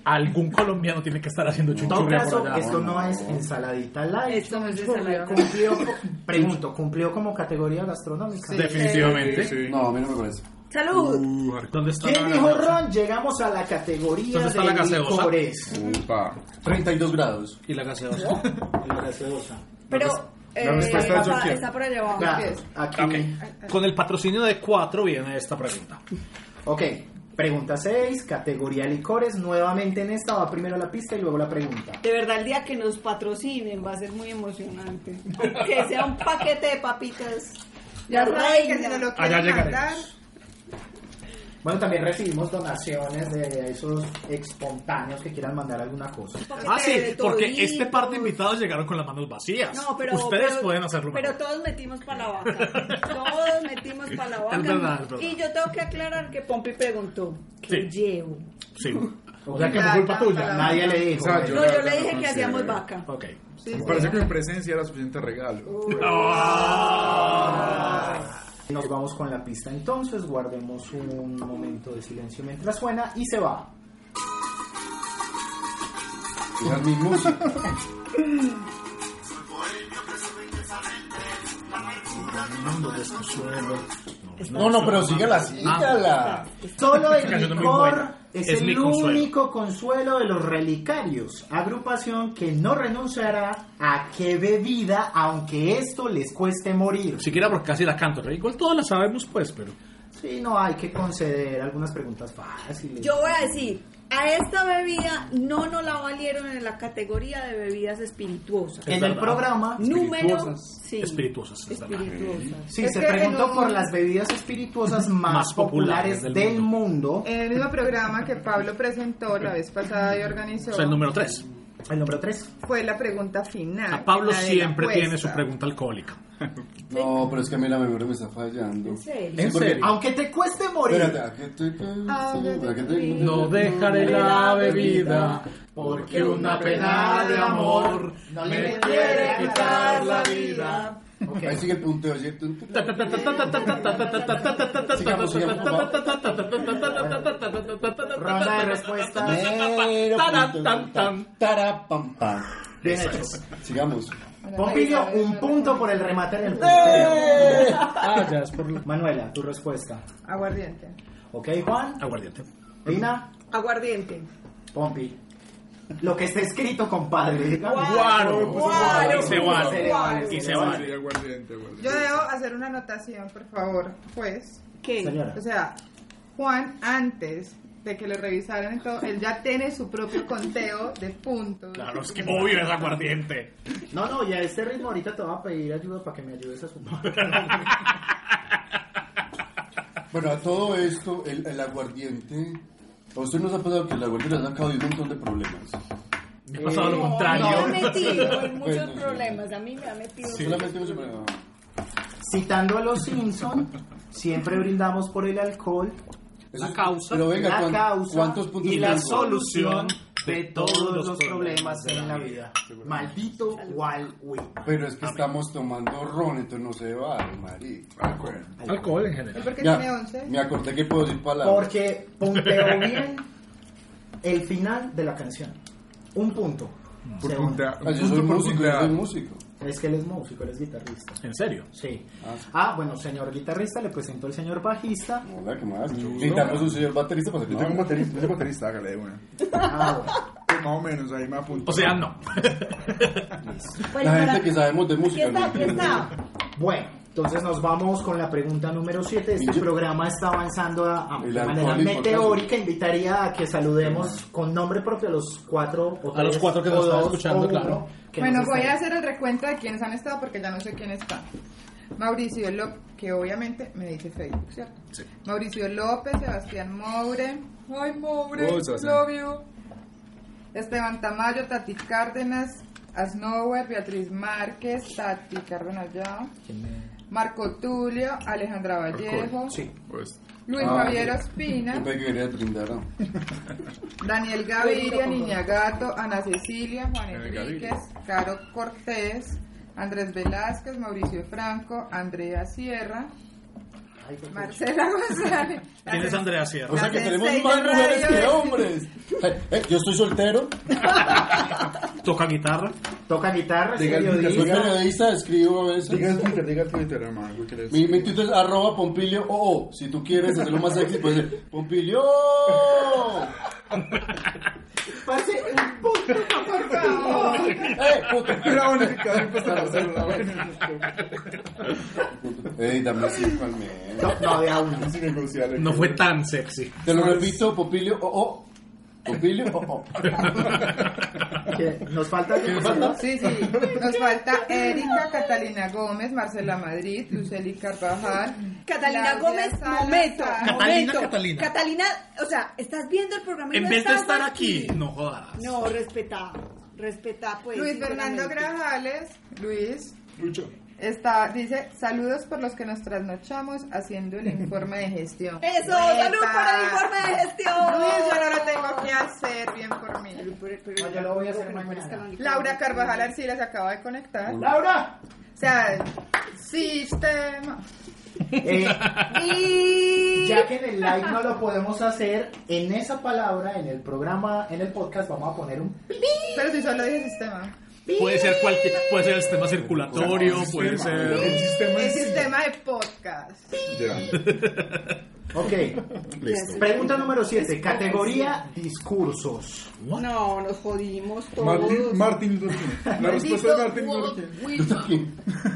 S1: Algún colombiano tiene que estar haciendo
S5: En todo
S1: chunchurria
S5: caso,
S1: por allá.
S5: esto no es ensaladita light.
S6: Esto no es ensalada.
S5: Cumplió, co- pregunto, ¿cumplió como categoría gastronómica?
S2: Sí.
S1: Definitivamente.
S3: Sí, sí.
S4: No, a mí no me parece.
S6: Salud.
S3: Uh, arco-
S1: ¿Dónde está
S5: ¿Quién
S1: la-
S5: dijo Ron? Llegamos a la categoría
S1: ¿Dónde está
S5: de
S1: la gaseosa?
S5: licores.
S3: Upa.
S4: 32 grados.
S1: Y la gaseosa.
S5: La gaseosa.
S6: Pero eh,
S3: respuesta es
S6: papá,
S3: Turquía.
S6: está por allá abajo.
S5: Ya,
S2: ¿qué es?
S5: aquí.
S1: Ok. Con el patrocinio de 4 viene esta pregunta.
S5: ok, pregunta 6, categoría licores. Nuevamente en esta va primero la pista y luego la pregunta.
S6: De verdad, el día que nos patrocinen va a ser muy emocionante. Que sea un paquete de papitas.
S2: Ya
S6: La
S2: saben que si no
S6: reina.
S2: lo
S1: Allá
S2: quieren
S1: llegaremos.
S2: mandar,
S5: Bueno, también recibimos donaciones de esos espontáneos que quieran mandar alguna cosa.
S1: Ah, sí,
S6: De
S1: porque
S6: toditos.
S1: este par de invitados llegaron con las manos vacías.
S6: No, pero,
S1: Ustedes
S6: pero-
S1: pueden hacerlo
S6: Pero
S1: mejor.
S6: todos metimos para la vaca. Todos metimos para la vaca.
S1: Es verdad, es verdad.
S6: Y yo tengo que aclarar que Pompi preguntó, ¿qué
S1: Sí.
S6: llevo?
S1: Sí. O sea que fue culpa
S2: Claro,
S1: tuya.
S2: claro.
S5: Nadie le dijo.
S3: O sea,
S5: bueno.
S6: No, yo le
S3: claro,
S6: dije que
S3: sí,
S6: hacíamos
S3: eh.
S6: vaca.
S1: Ok.
S2: sí,
S3: Me
S2: sí.
S3: pareció que mi presencia era suficiente regalo.
S1: Ah,
S5: Nos vamos con la pista entonces, guardemos un momento de silencio mientras suena y se va.
S4: Esa es mi música. No, no, pero sígala, sígala.
S5: Solo
S1: Esta
S5: el
S1: canción es muy
S5: licor
S1: buena.
S5: es,
S1: Es
S5: el
S1: mi consuelo.
S5: único consuelo de los relicarios, agrupación que no renunciará a qué bebida, aunque esto les cueste morir.
S1: Siquiera porque casi la canto. pero Igual todas la sabemos, pues, pero.
S5: Sí, no hay que conceder algunas preguntas fáciles.
S6: Yo voy a decir, a esta bebida no nos la valieron en la categoría de bebidas espirituosas.
S5: en el
S1: verdad.
S5: programa
S6: Número
S4: Espirituosas.
S6: sí.
S1: Espirituosas, es verdad.
S6: Espirituosas.
S5: Sí,
S2: Es
S5: se
S2: que
S5: preguntó
S2: en un-
S5: por las bebidas espirituosas más,
S1: Más
S5: populares,
S1: populares
S5: del,
S1: del
S5: mundo.
S2: En el mismo programa que Pablo presentó la vez pasada y organizó,
S1: O sea, el número 3.
S5: El número 3.
S2: fue la pregunta final.
S1: A Pablo
S2: la de la
S1: siempre tiene
S2: apuesta.
S1: su pregunta alcohólica.
S4: No, pero es que a mí la memoria me está fallando.
S6: ¿En serio?
S4: Sí, porque-
S5: Aunque te cueste
S4: Espérate,
S5: morir.
S4: ¿a qué te
S2: Ah,
S4: ¿A qué te
S1: No dejaré la bebida
S5: porque
S2: una pena de amor me quiere quitar la vida.
S5: Ok.
S4: Ahí sigue el punteo, ¿cierto? Sigamos, sigamos,
S5: Ronda de respuestas.
S4: Mero punto. Tarapam, pam.
S5: Bien hecho.
S4: Sigamos.
S5: Pompilio, un punto por el remate en el
S4: ¡Eh!
S5: puntero. Manuela, tu respuesta.
S2: Aguardiente.
S5: Ok, Juan.
S1: Aguardiente.
S5: Lina.
S6: Aguardiente.
S5: Pompi. Lo que está escrito, compadre. pues,
S1: Guaro.
S6: Guaro.
S1: Y se van.
S5: Guaro.
S1: Y se van.
S3: Sí, aguardiente, aguardiente.
S2: Yo debo hacer una anotación, por favor, pues.
S6: ¿Qué?
S5: Señora.
S2: O sea, Juan, antes de que le revisaran y todo, él ya tiene su propio conteo de puntos.
S1: Claro, es que obvio es aguardiente.
S5: No, no, y a este ritmo ahorita te voy a pedir ayuda para que me ayudes a sumar.
S4: Bueno, a todo esto, el, el aguardiente. ¿A usted nos ha pasado que el aguardiente le ha sacado de un montón de problemas?
S1: Me ha pasado lo
S6: Me ha
S1: contrario.
S6: metido en muchos
S4: Bueno, sí.
S6: problemas. A mí me ha metido.
S4: Solamente un supermercado.
S5: Citando a los Simpson, siempre brindamos por el alcohol,
S4: Eso es-
S1: causa.
S4: Pero venga,
S5: la
S4: ¿cuán-
S5: causa
S4: ¿cuántos puntos
S5: y la
S4: tengo?
S5: solución de todos los problemas en la vida. Maldito Wall Whitman.
S4: Pero es que estamos tomando ron, entonces no se va, marico.
S3: Ah,
S1: Alcohol en
S2: ¿Y
S1: general.
S2: por qué
S4: Ya,
S2: tiene 11?
S4: me acordé que puedo decir palabras.
S5: Porque punteó bien el final de la canción. Un punto.
S3: Por
S5: Segundo.
S3: punta.
S4: Ah, yo
S3: punto
S4: soy
S3: por
S4: músico, yo
S3: punta.
S4: soy músico.
S5: Es que él es músico, él es guitarrista.
S1: ¿En serio?
S5: Sí. Ah, bueno, señor guitarrista, le presento al señor bajista.
S4: Hola, ¿qué más? Necesitamos un señor baterista para hacer
S3: Yo tengo un baterista, yo soy baterista, hágale de una.
S5: Ah, bueno.
S3: Pues más o menos, ahí me apunto.
S1: O sea, no.
S6: Pues,
S4: La gente
S6: para-
S4: que sabemos de
S6: Aquí
S4: música.
S6: está,
S4: ¿no?
S6: aquí está.
S5: Bueno, entonces nos vamos con la pregunta número 7. Este
S4: Y yo-
S5: programa está avanzando a, a-
S4: El
S5: de manera
S4: alcoholismo,
S5: meteórica. Invitaría a que saludemos con nombre propio a los cuatro o
S1: A los
S5: tres,
S1: cuatro que
S5: o
S1: nos están
S5: dos,
S1: escuchando,
S5: o uno
S1: claro.
S5: que
S2: bueno,
S5: nos
S2: voy a
S5: están-
S2: hacer el recuento de quiénes han estado porque ya no sé quién está. Mauricio López, que obviamente me dice Facebook, ¿cierto?
S1: Sí.
S2: Mauricio López, Sebastián Moure. Ay, Moure,
S3: Oh, Sebastián.
S2: love you. Esteban Tamayo, Tati Cárdenas, Asnower, Beatriz Márquez, Tati Cárdenas ya. Marco Tulio, Alejandra Vallejo,
S5: Sí.
S3: Pues,
S2: Luis
S4: Ah,
S2: Javier
S4: sí.
S2: Ospina,
S4: Yo pensé que quería brindar. ¿no?
S2: Daniel Gaviria, Niña Gato, Ana Cecilia, Juan Enríquez, Caro Cortés, Andrés Velázquez, Mauricio Franco, Andrea Sierra, Marcela González.
S1: ¿Quién es Andrea Sierra?
S4: O sea que
S2: Hacen
S4: tenemos
S2: seis
S4: más
S2: de
S4: mujeres
S2: radio,
S4: que
S2: ¿ves?
S4: hombres. Eh, eh, yo estoy soltero.
S1: Toca guitarra.
S5: Toca guitarra, es
S3: Diga el
S4: Soy
S5: periodista.
S4: periodista, escribo a veces.
S3: diga el Twitter, diga el Twitter, hermano. güey, que les-
S4: Mi, mi Twitter es arroba Pompilio o Si tú quieres hacerlo más sexy, puedes decir Pompilio.
S5: Parce, un punto, por favor.
S4: ¡Eh, puto!
S3: La única, ahí empezó a hacer la vaina.
S4: ¡Ey, dame cinco al mes!
S5: No, no, de a uno.
S3: Sin negociar.
S1: No fue tan sexy.
S4: Te lo repito, oh, Pompilio o Pompilio o
S5: eh, Que Nos falta alguien, ¿no?
S2: Sí, sí. Nos falta Erika, Catalina Gómez, Marcela Madrid, Luceli Carvajal.
S6: Catalina
S2: Claudia
S6: Gómez,
S2: Salazar.
S6: momento,
S1: Catalina,
S6: momento.
S1: Catalina.
S6: Catalina, o sea, estás viendo el programa y
S1: En
S6: no
S1: vez de
S6: estás
S1: estar aquí, no jodas.
S6: No, respetá, respetá pues.
S2: Luis Fernando
S6: sinceramente.
S2: Grajales, Luis,
S3: Lucho.
S2: está, dice, saludos por los que nos trasnochamos haciendo el informe de gestión.
S6: Eso, salud
S2: ¡Epa!
S6: por el informe de gestión.
S2: Luis, yo no lo tengo que hacer bien por mí.
S6: Pero- pero-
S5: No, yo lo voy a hacer
S6: pero no
S5: mañana.
S6: parezca-
S2: Laura Carvajal Arcila se acaba de conectar. O
S5: Laura.
S2: sea, sistema.
S5: Eh,
S6: Y-
S5: ya que en el live no lo podemos hacer, en esa palabra, en el programa, en el podcast, vamos a poner un
S2: Pero si solo dije sistema.
S1: Puede ser cualquier, puede ser el sistema circulatorio, puede
S3: Sistema,
S1: ser.
S3: El
S6: Pues
S3: sistema
S2: El
S3: es.
S2: sistema de podcast.
S3: Ya.
S5: Ok. Pregunta número 7. Categoría discursos.
S6: No, nos jodimos todos.
S3: Martin, Martin Luther King. La respuesta de Martin Luther King.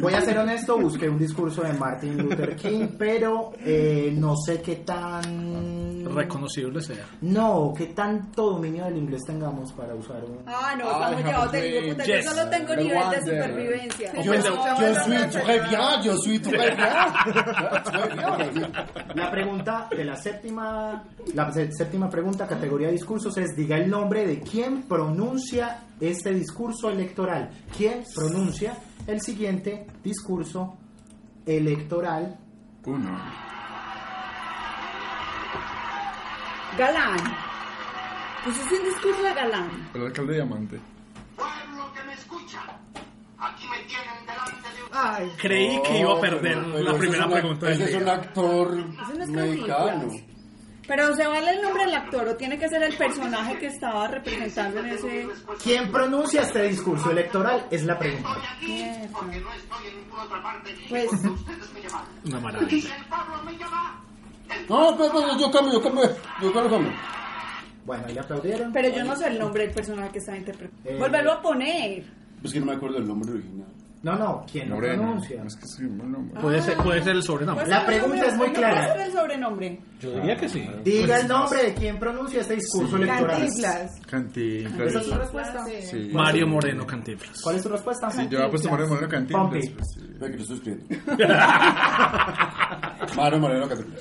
S5: Voy a ser honesto, busqué un discurso de Martin Luther King, pero eh, no sé qué tan...
S1: Reconocible sea.
S5: No, qué tanto dominio del inglés tengamos para usar un...
S6: Ah, no, estamos llevados del hijo de puta.
S1: Yes.
S6: Yo solo tengo
S3: No
S6: nivel de
S3: wonder.
S6: supervivencia.
S4: Yo, yo soy tu jefe, ya, yo soy tu jefe. ya.
S5: La pregunta de la séptima, la sé- séptima pregunta, categoría de discursos, es diga el nombre de quien pronuncia este discurso electoral. ¿Quién pronuncia el siguiente discurso electoral?
S3: Uno.
S6: Galán. Pues es un discurso de galán.
S3: El alcalde diamante.
S7: Pueblo que me escucha, aquí me tienen delante de un...
S2: Ay,
S1: Creí que iba a perder
S4: Oh, No, pero
S1: la
S4: ese
S1: primera
S4: es un-
S1: pregunta del
S4: Ese es un
S1: día.
S6: Eso no
S4: actor
S6: es Cantinflas.
S4: mexicano.
S6: Pero se vale el nombre del actor o tiene que ser el personaje que estaba representando en ese.
S5: ¿Quién pronuncia este discurso electoral? Es la pregunta.
S7: Estoy aquí porque no estoy en ninguna otra parte
S6: Pues-
S7: cuando ustedes me llamaron.
S1: Una
S7: Y si
S1: maravilla.
S7: el pueblo me llama, el
S4: No, espera, espera, yo cambio, yo cambio. Yo cambio, cambio.
S5: Bueno, ahí le aplaudieron.
S6: Pero yo no sé el nombre del personaje que estaba interpretando.
S5: Eh.
S6: Volverlo a poner.
S4: Es que no me acuerdo el nombre original.
S5: No, no, ¿quién lo
S3: Moreno.
S5: pronuncia?
S3: Es que sí, un nombre.
S1: Puede ser, puede ser el
S6: Puede
S1: sobrenombre.
S5: La
S6: ser el
S5: pregunta
S6: nombre,
S5: es muy
S6: Pues, ¿no
S5: clara.
S6: Puede ser el sobrenombre.
S1: Yo diría que sí.
S5: Diga el nombre de quien pronuncia este discurso electoral.
S2: Cantinflas.
S3: Cantinflas.
S5: ¿Esa es tu respuesta?
S3: Sí.
S1: Mario Moreno Cantinflas.
S5: ¿Cuál es tu respuesta?
S3: Sí, yo había puesto Mario Moreno Cantinflas.
S5: Pompi.
S3: pues, sí.
S4: Espera que lo estoy escribiendo. Mario Moreno Catrinas.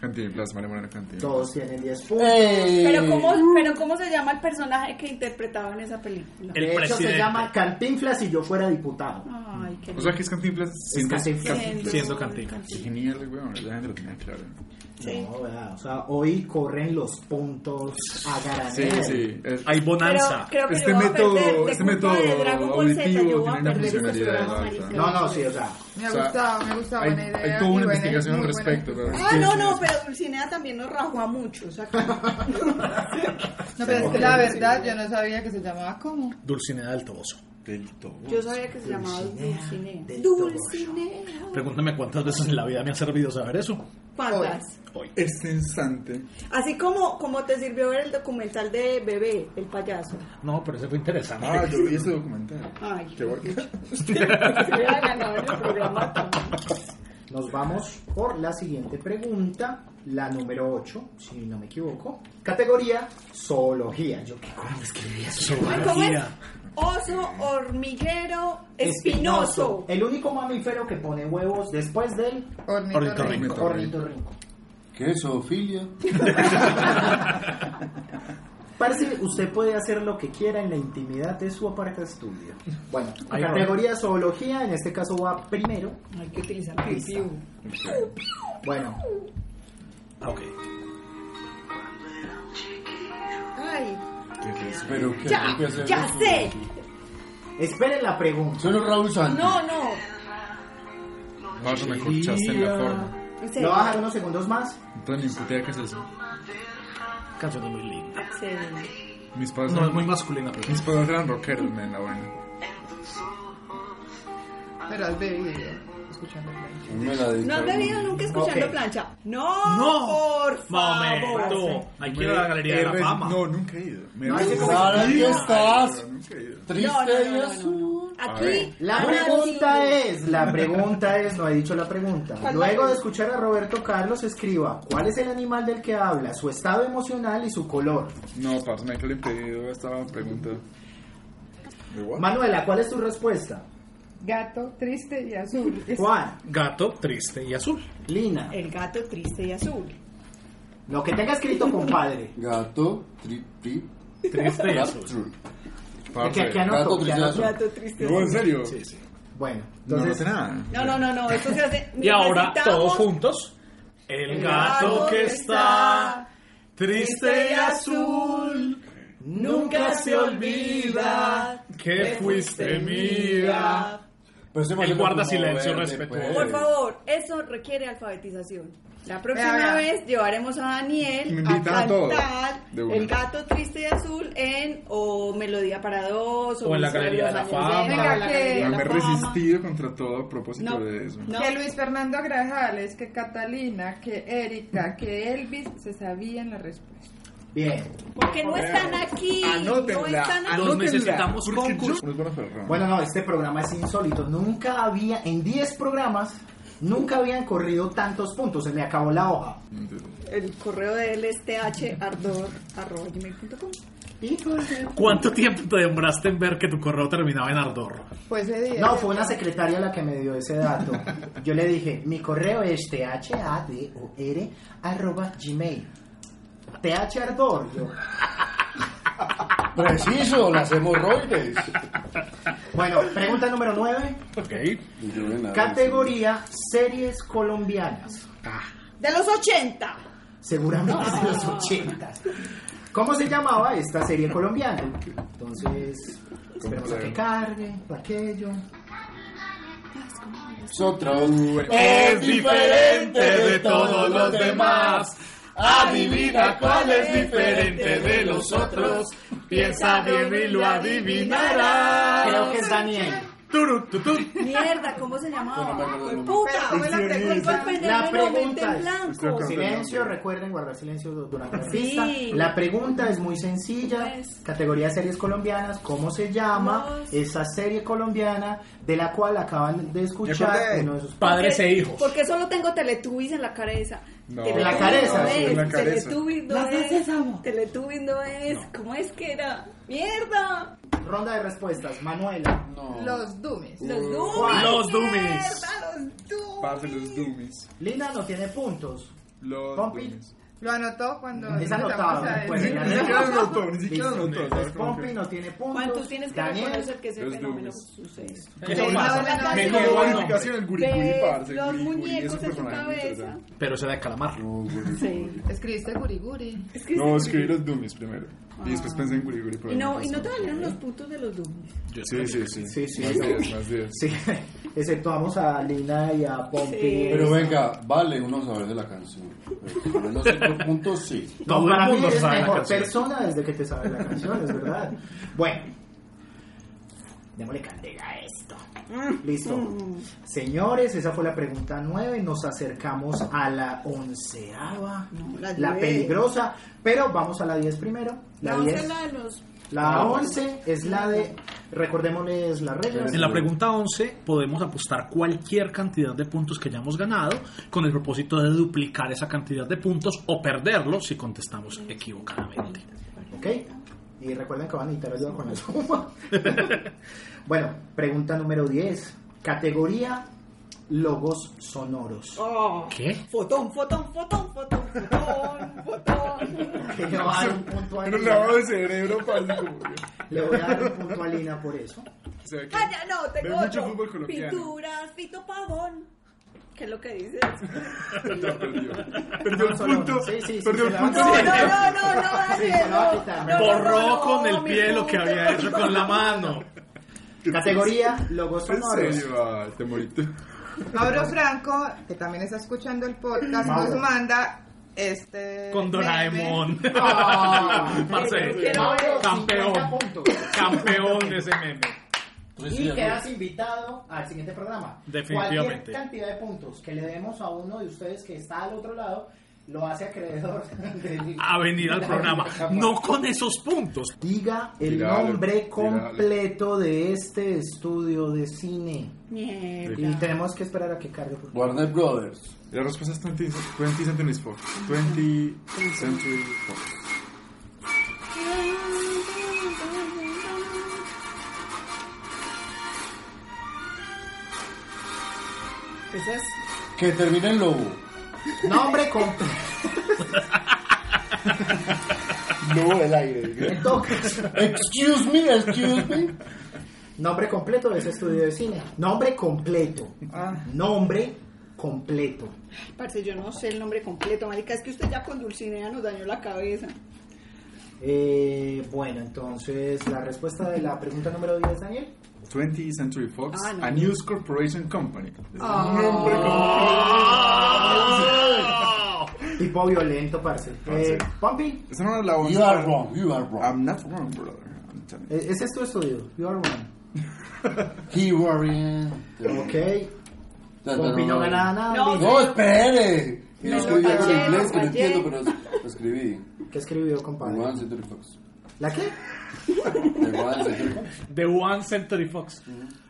S3: Cantinflas, Mario Moreno Cantinflas.
S5: Todos tienen 10 puntos.
S4: ¡Ey!
S6: Pero ¿cómo, pero ¿cómo se llama el personaje que interpretaba en esa película?
S1: El
S5: de hecho, se
S1: presidente.
S5: llama Cantinflas si yo fuera diputado.
S6: Ay, Ay, qué
S3: O sea, que es Cantinflas siendo
S5: Cantinflas.
S3: Cantinflas.
S1: Pues, Siendo cantina.
S3: Es Genial, weón. La gente lo tenía claro.
S6: Sí.
S5: No, ¿verdad? o sea, hoy corren los puntos a
S3: Sí,
S5: granel.
S3: sí. es-
S1: Hay bonanza.
S6: Pero creo que
S3: Este
S6: yo voy a
S3: método-
S6: perder de culpa
S3: este
S6: de
S3: método
S6: Dragon Ball Z, yo voy
S3: auditivo
S6: a
S3: tiene una
S6: perder este
S3: funcionalidad
S6: programa,
S3: alta.
S6: marica.
S5: No, no, sí, o sea,
S2: Me ha
S3: O sea,
S2: gustado, me ha gustado.
S3: hay-
S2: buena idea.
S3: hay toda una
S2: y buena-
S3: investigación al
S2: muy buena
S3: respecto,
S2: idea.
S3: pero-
S6: Ah, no, no, pero Dulcinea también nos rajó a muchos acá.
S2: No, pero es que la verdad yo no sabía que se llamaba como.
S1: Dulcinea del Toboso.
S3: Del todo.
S6: Yo sabía que se llamaba Dulcinea.
S5: del
S6: Dulcinea.
S1: Pregúntame cuántas veces en la vida me ha servido saber eso.
S6: ¿Cuántas?
S1: Hoy.
S3: Este instante.
S6: Así como, como te sirvió ver el documental de Bebé, el payaso.
S1: No, pero eso fue interesante.
S3: Ah, yo vi este documental.
S6: Ay,
S3: Qué bacán.
S6: Se hubiera ganado en el programa también.
S5: nos vamos por la siguiente pregunta, la número 8, si no me equivoco. Categoría zoología. Yo qué coño escribí eso.
S6: Ay, ¿Cómo es?
S1: Zoología.
S6: Oso, hormiguero, espinoso.
S5: El único mamífero que pone huevos después del
S2: Ornitorrinco.
S1: Ornitorrinco.
S5: ornitorrinco.
S4: ¿Qué es zoofilia?
S5: Parce, usted puede hacer lo que quiera en la intimidad de su aparca estudio. Bueno,
S1: Ahí va.
S5: categoría zoología, en este caso va primero.
S6: Hay que utilizar pipiu.
S5: Bueno,
S1: Ah, ok.
S6: Ay,
S4: ¿Qué es? Pero ¿qué
S6: Ya,
S4: tengo que hacer
S6: ya
S4: eso?
S6: sé.
S5: esperen la pregunta.
S4: Solo Raúl Sánchez.
S6: no, no.
S3: Vas me corchaste en la forma.
S6: En serio.
S5: Lo voy a dejar unos segundos más.
S3: Entonces, ni putea que es eso.
S1: Canción es muy linda.
S6: En serio.
S3: Mis padres
S1: No,
S3: eran-
S1: es muy masculina, pero
S3: Mis padres eran rockeros, men, la buena.
S2: Pero has bebido. Escuchando.
S4: Me la dedicaron.
S6: ¿No has bebido nunca escuchando
S5: Ok.
S6: plancha? No,
S1: ¡No!
S6: por favor.
S1: ¡Momento! Aquí va la Galería
S3: Eh,
S1: de la
S3: res-
S1: Fama.
S3: No, nunca he ido. Me
S5: No,
S3: res-
S5: ese-
S4: Ahora aquí estás.
S3: Pero nunca he ido.
S4: Triste
S6: No, no, no,
S4: y
S6: no, no, no.
S4: azul.
S6: Aquí
S5: La
S6: Ana
S5: pregunta
S6: Silva.
S5: es, la pregunta es, no he dicho la pregunta.
S6: ¿Cuál
S5: Luego
S6: va?
S5: de escuchar a Roberto Carlos, escriba cuál es el animal del que habla, su estado emocional y su color.
S3: No, parce, me quedé impedido esta pregunta. ¿De what?
S5: Manuela, ¿cuál es tu respuesta?
S2: Gato, triste y azul.
S5: Juan,
S1: Gato, triste y azul.
S5: Lina,
S6: El gato triste y azul.
S5: lo que tenga escrito, compadre.
S4: Gato, trip, trip,
S1: Triste y azul.
S5: Porque aquí
S3: no.
S5: anoto, aquí
S4: Gato triste y
S5: anoto.
S4: azul.
S6: Gato triste y
S3: No, en
S6: azul.
S3: serio.
S1: Sí, sí.
S5: Bueno,
S3: No, no sé
S5: entonces,
S3: nada.
S6: No, no, no, no. Eso se hace.
S1: Y ahora
S6: necesitamos-
S1: todos juntos. El
S6: El
S1: gato
S6: gato
S1: que
S6: que
S1: está
S6: está
S1: triste y azul nunca se olvida que fuiste mía.
S4: Pero ese man
S1: Él
S4: se
S1: guarda
S4: como
S1: silencio
S4: verde,
S1: respetuoso.
S6: Por
S4: pues.
S6: favor, eso requiere alfabetización. La
S2: Vea,
S6: próxima
S2: vea.
S6: vez llevaremos a
S3: Me
S6: Daniel a
S3: invitan a todos.
S6: cantar
S3: De una.
S6: El gato triste y azul en o Melodía para dos
S1: O en la
S6: Sobre
S1: Galería
S6: los
S1: de la
S6: años
S1: Fama.
S6: de-
S2: Venga,
S6: o la
S2: que-
S6: Galería
S3: Ya
S6: de la
S3: me he
S6: Fama.
S3: resistido contra todo a propósito
S6: No.
S3: de eso.
S6: No.
S2: Que Luis Fernando Grajales, que Catalina, que Erika, que Elvis se sabían la respuesta.
S5: bien.
S6: Porque no están aquí. No
S3: Anótenla,
S6: están aquí.
S1: Los necesitamos
S3: Porque
S1: concurso.
S3: yo- No es buena perra.
S5: Bueno, no, este programa es insólito. Nunca había, en 10 programas, nunca habían corrido tantos puntos. Se me acabó la hoja.
S6: El correo de LSTH ardor arroba gmail.com.
S5: Hijo de-
S1: ¿Cuánto tiempo te demoraste en ver que tu correo terminaba en ardor?
S2: Fue ese día.
S5: No, fue una secretaria la que me dio ese dato. Yo le dije, mi correo es thador arroba gmail. TH Ardor. Yo,
S4: Preciso, las hemorroides.
S5: Bueno, pregunta número 9.
S1: Ok.
S4: Yo de nada,
S5: Categoría series colombianas.
S6: De los 80.
S5: Seguramente de los 80. ¿Cómo se llamaba esta serie colombiana? Entonces, esperemos a que cargue, aquello.
S4: Nosotros
S1: Es diferente de todos los demás. Adivina cuál es diferente de los otros. Piensa bien y lo
S5: Creo
S1: adivinarás.
S5: que es Daniel.
S1: Turu, tu, tu.
S6: Mierda, ¿cómo se llamaba?
S4: Bueno, me acuerdo.
S6: puta.
S2: Pero, ¿cómo es la
S6: Fue el
S2: pregunta?
S5: La
S6: pendejo en
S5: pregunta es,
S6: blanco.
S5: silencio, recuerden guardar silencio durante la
S6: Sí.
S5: pista. La pregunta es muy sencilla,
S6: Pues.
S5: categoría series colombianas, ¿cómo se llama
S6: Los-
S5: esa serie colombiana de la cual acaban de escuchar
S3: acordé.
S5: uno de sus
S1: Padres
S6: Porque-
S1: e hijos.
S6: Porque solo tengo Teletubbies en la cabeza.
S3: No.
S6: Teletubbies
S5: En la cabeza,
S6: no
S5: sí,
S6: es,
S3: en la cabeza.
S6: Teletubbies no
S5: Las
S6: es.
S5: haces, amo.
S6: Teletubbies no es. ¿Cómo es que era? ¡Mierda!
S5: Ronda de respuestas, Manuela.
S4: No.
S2: Los Dummies.
S6: Los Dummies.
S5: ¿Cuál?
S1: Los Dummies.
S6: ¡Mierda, los Dummies!
S3: Parce, los Dummies.
S5: Lina no tiene puntos.
S3: Los
S5: Pompi.
S3: Dummies.
S2: Lo anotó cuando.
S5: Es
S2: empezamos
S5: anotado.
S2: a
S5: Pues
S2: decir-
S5: ya
S3: Ni siquiera lo anotó, ni siquiera lo
S5: Listo.
S3: anotó.
S5: Entonces, Pompi no tiene puntos.
S6: ¿Cuántos tienes que
S5: Daniel,
S6: reconocer que ese
S3: los
S6: fenómeno
S3: dubes.
S6: sucede?
S2: Sí,
S1: Eso
S2: no,
S1: pasa.
S2: no, no,
S1: Me
S2: no,
S1: quedó el nombre.
S3: Explicación, el guriguri,
S6: Ve
S3: parce. el
S6: los
S3: guriguri,
S6: muñecos
S3: ese
S6: en su
S3: personaje muy
S6: cabeza.
S3: interesante.
S1: Pero será de calamar.
S4: No, güey.
S6: Sí.
S2: Escribiste guriguri.
S6: Es que
S3: No,
S6: sí.
S3: escribí los dummies primero. Y después pensé en guriguri. pero
S6: Y no,
S3: pasó.
S6: y no te valieron los puntos de los dummies.
S1: Yo
S3: Sí, sí, sí.
S5: Sí, sí.
S3: Más días, más días.
S5: Sí, exceptuamos a Lina y a Pompi.
S6: Sí.
S4: Pero venga, vale uno saber de la canción. Pero por los cinco puntos sí.
S5: No,
S1: Todo el
S5: para mí
S1: mundo
S5: eres
S1: sabe la
S5: mejor
S1: canción.
S5: persona desde que te sabes la canción, es verdad. Bueno, démosle candela a esto.
S6: Mm.
S5: Listo. Señores, esa fue la pregunta 9. Nos acercamos a la onceava,
S6: No, la
S5: la,
S6: diez.
S5: peligrosa. Pero vamos a la 10 primero. La
S6: La once
S5: 10.
S6: es la de los...
S5: La 11 es la de. Recordémosles las reglas.
S1: En la pregunta 11 podemos apostar cualquier cantidad de puntos que hayamos ganado con el propósito de duplicar esa cantidad de puntos o perderlo si contestamos equivocadamente.
S5: ¿Ok? Y recuerden que van a necesitar ayuda con la suma. bueno, pregunta número 10. Categoría logos sonoros.
S6: Oh.
S1: ¿Qué?
S6: Fotón, fotón, fotón, fotón, fotón, fotón.
S5: Que le voy a dar un punto a
S3: Era un
S5: Lina.
S3: lavado de cerebro, parce. como que-
S5: Le voy a dar un punto a Lina por eso.
S3: O sea, que-
S6: Calla, Ah, no,
S3: Ve
S6: tengo
S3: mucho
S6: otro.
S3: fútbol colombiano.
S6: Pinturas, Fito Pavón. ¿Qué es lo que dices?
S3: Ya perdió. Perdió el
S5: No, solo-
S3: punto.
S5: sí, sí, sí,
S3: Perdió
S5: se
S3: el
S5: la-
S3: punto.
S6: No, no,
S5: Sí.
S6: no, no, no,
S5: Sí,
S6: Daniel,
S5: se lo va a quitar.
S6: no, no, no,
S1: Borró
S6: no,
S1: con el
S6: mi
S1: pie lo que
S6: punto.
S1: había hecho con la mano.
S5: Categoría logos
S3: En
S5: sonoros.
S3: serio, ah, te moriste.
S2: Mauro Franco, que también está escuchando el podcast,
S5: Mauro.
S2: nos manda este.
S1: Con Doraemon.
S5: Ah,
S1: Marcelo,
S5: quiero ver
S1: campeón.
S5: 50 puntos.
S1: Campeón de ese meme.
S4: Entonces, sí,
S5: Y
S4: ya,
S5: quedas invitado al siguiente programa.
S1: Definitivamente.
S5: Cualquier cantidad de puntos que le demos a uno de ustedes que está al otro lado lo hace acreedor de-
S1: A venir al programa. No con esos puntos.
S5: Diga el
S3: Tirale,
S5: nombre
S3: tirale.
S5: completo de este estudio de cine. Y
S6: Mierda.
S5: tenemos que esperar a que cargue. por favor.
S4: Warner Brothers.
S3: La respuesta es 20, 20 Century Fox. 20 Century Fox.
S6: Ese es
S4: Que termine en lobo.
S5: Nombre completo.
S3: No, el aire.
S4: Excuse me, excuse me.
S5: Nombre completo de ese estudio de cine. Nombre completo. Nombre completo.
S6: Parce, yo no sé el nombre completo, marica. Es que usted ya con Dulcinea nos dañó la cabeza.
S5: Eh, bueno, entonces la respuesta de la pregunta número 10, Daniel.
S3: 20 Century Fox,
S6: Ah, no.
S3: a News Corporation Company. Es
S2: Ah.
S3: un nombre como-
S5: Tipo violento, parce. Eh, Pompi,
S3: Esa no es la once,
S4: You are
S3: pero-
S4: wrong, you are wrong.
S3: I'm not wrong, brother. I'm telling you.
S5: e- ese es tu estudio. You are one.
S4: He worrying.
S5: Ok. Pompi no gana nada.
S6: No,
S5: Lina.
S4: Pues No, espere.
S6: No,
S4: Lo escribí en
S6: fallé,
S4: inglés, que no
S6: fallé.
S4: entiendo, pero es- lo escribí.
S5: ¿Qué escribió,
S4: The
S5: compadre?
S4: One Century Fox.
S5: ¿La qué?
S4: The One Century Fox.
S1: The One Century Fox.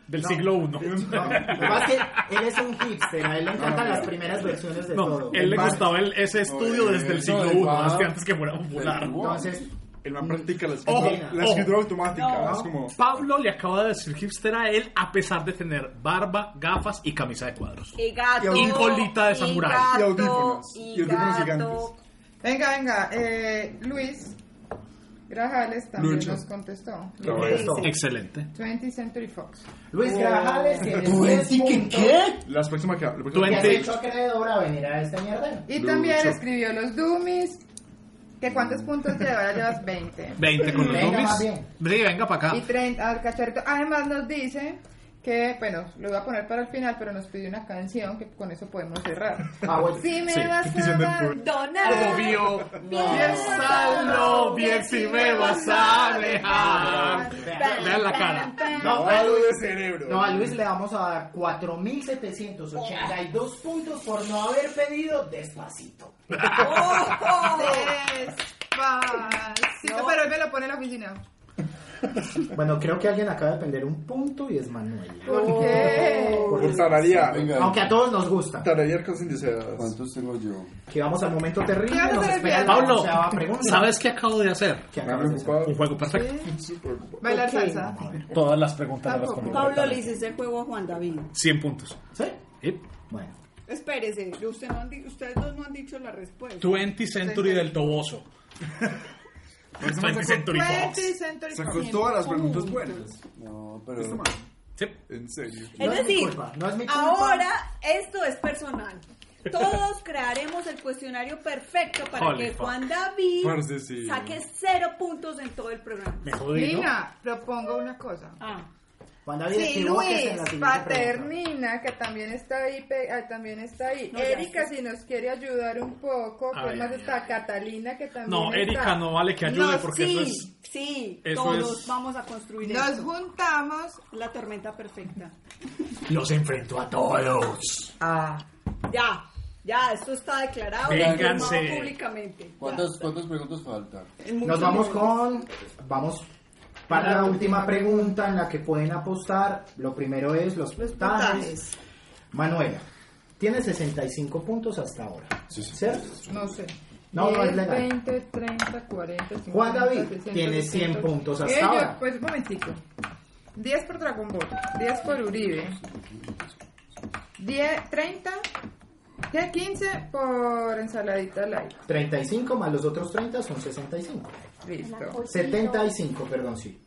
S1: Del siglo I.
S5: No, lo que pasa es que él es un hipster, a él le encantan las primeras versiones de
S1: Ah. No,
S5: todo.
S1: él le
S3: Vale.
S1: gustaba el- ese estudio
S4: No,
S1: desde
S4: eh,
S1: el siglo
S4: no,
S1: I,
S4: igual.
S1: desde antes que fuera popular.
S5: Entonces,
S3: El man practica la
S1: Ojo,
S3: escritura, la
S1: ojo.
S3: escritura automática.
S6: No.
S3: Es como.
S1: Pablo le acaba de decir hipster a él a pesar de tener barba, gafas y camisa de cuadros.
S6: Y gato.
S1: Y colita de samurái.
S6: gato,
S3: Y audífonos.
S6: Y
S3: Y audífonos
S6: gato.
S2: Venga, venga. Eh, Luis Grajales también
S3: Lucho.
S2: nos contestó.
S5: ¿qué
S3: No,
S5: es esto?
S1: Excelente.
S2: 20th Century Fox.
S5: Luis Grajales tiene
S4: ¿Tú
S5: 10
S4: decís que
S5: puntos.
S4: qué?
S3: Las próximas que. la próxima-
S5: Y has
S1: 20.
S5: hecho acreedor a venir a este mierdero.
S2: Y también
S3: Lucho.
S2: escribió los dummies. ¿Que ¿Cuántos puntos lleva? Ahora llevas 20.
S1: 20 con los
S5: Venga, más
S1: zombies.
S5: bien.
S1: Sí, venga para
S2: Y
S1: acá.
S2: 30 al cacharrito. Además nos dice que, bueno, lo voy a poner para el final, pero nos pidió una canción que con eso podemos cerrar.
S5: Ah, bueno.
S2: Si me
S1: Sí,
S2: vas
S3: petición
S2: a
S3: del
S6: Donar.
S1: Obvio, piénsalo bien si me vas a dejar. Vean la cara.
S5: No, a
S3: Lavado
S5: Luis,
S3: de cerebro.
S5: no, a Luis le vamos a dar 4.782 puntos por no haber pedido despacito.
S2: Despacito, pero él me lo pone en la oficina.
S5: Bueno, creo que alguien acaba de perder un punto y es Manuel.
S2: ¿Por qué?
S4: Oh.
S3: Por tararear.
S4: Venga,
S5: Aunque a todos nos gusta.
S3: Tararear cosas indeseadas.
S4: ¿cuántos tengo yo?
S5: Que vamos al momento terrible.
S2: Claro,
S5: Nos
S2: pero
S5: espera
S2: bien.
S5: la
S1: Pablo,
S5: onceava pregunta.
S1: ¿sabes qué acabo de hacer?
S5: ¿Qué
S3: Me ha
S5: acabas de hacer?
S3: preocupado.
S1: Un juego perfecto.
S3: Súper ocupado.
S2: Bailar
S6: Ok.
S2: salsa.
S1: Todas las preguntas las
S2: Tampoco.
S1: respondí.
S6: Pablo le hice ese juego a Juan David.
S1: 100 puntos.
S5: ¿Sí?
S1: ¿Eh?
S5: Bueno.
S6: Espérese, usted no han di- ustedes dos no han dicho la respuesta.
S1: 20 Century del Toboso. 20 Century Fox.
S2: 20 Century
S3: Sacó
S2: Fox.
S3: todas las preguntas buenas.
S4: No,
S3: Este
S4: pero.
S3: man,
S1: Sí.
S3: en serio.
S5: No es
S6: Es
S5: mi
S6: decir,
S5: culpa, no es mi culpa.
S6: ahora esto es personal. Todos crearemos el cuestionario perfecto para
S1: Holy
S6: que
S1: fuck.
S6: Juan David
S3: Parce, sí.
S6: saque cero puntos en todo el programa.
S1: Me jodí, ¿no?
S2: Lina, propongo una cosa.
S6: Ah,
S5: Juan David,
S2: Si
S5: equivóquese en
S2: Luis
S5: la siguiente pregunta.
S2: Paternina, que también está ahí, pe- ah, también está ahí.
S6: No, ya
S2: Erika, si nos quiere ayudar un poco,
S1: Ay,
S2: ¿quién más
S1: ay,
S2: está? Catalina, que también
S1: No,
S2: está.
S1: Erika no vale que ayude
S6: no,
S1: porque
S6: Ah, sí,
S1: eso es.
S6: sí,
S1: eso
S6: todos
S1: es-
S6: vamos a construir
S2: Nos
S6: esto.
S2: juntamos.
S6: la tormenta perfecta.
S1: Los enfrento a todos.
S6: Ya, ya, esto está declarado y
S1: Vénganse.
S6: confirmado públicamente.
S4: ¿Cuántas, cuántas preguntas faltan?
S6: Ya. Es mucho
S5: Nos vamos
S6: nivel.
S5: con. Vamos para la última pregunta en la que pueden apostar. Lo primero es los puntajes.
S6: puntajes.
S5: Manuela, tiene 65 puntos hasta ahora. ¿Cierto?
S2: No sé.
S5: No, no es
S2: 10,
S5: legal.
S2: 20, 30, 40, 50.
S5: Juan David
S2: 60,
S5: tiene 100
S2: 70.
S5: puntos hasta
S2: Eh, yo-
S5: ahora.
S2: Pues un momentico. 10 por Dragon Ball, 10 por Uribe, 10, 30, ¿qué? 15 por ensaladita light.
S5: 35 más los otros 30 son 65.
S2: Listo.
S5: 75, perdón, sí.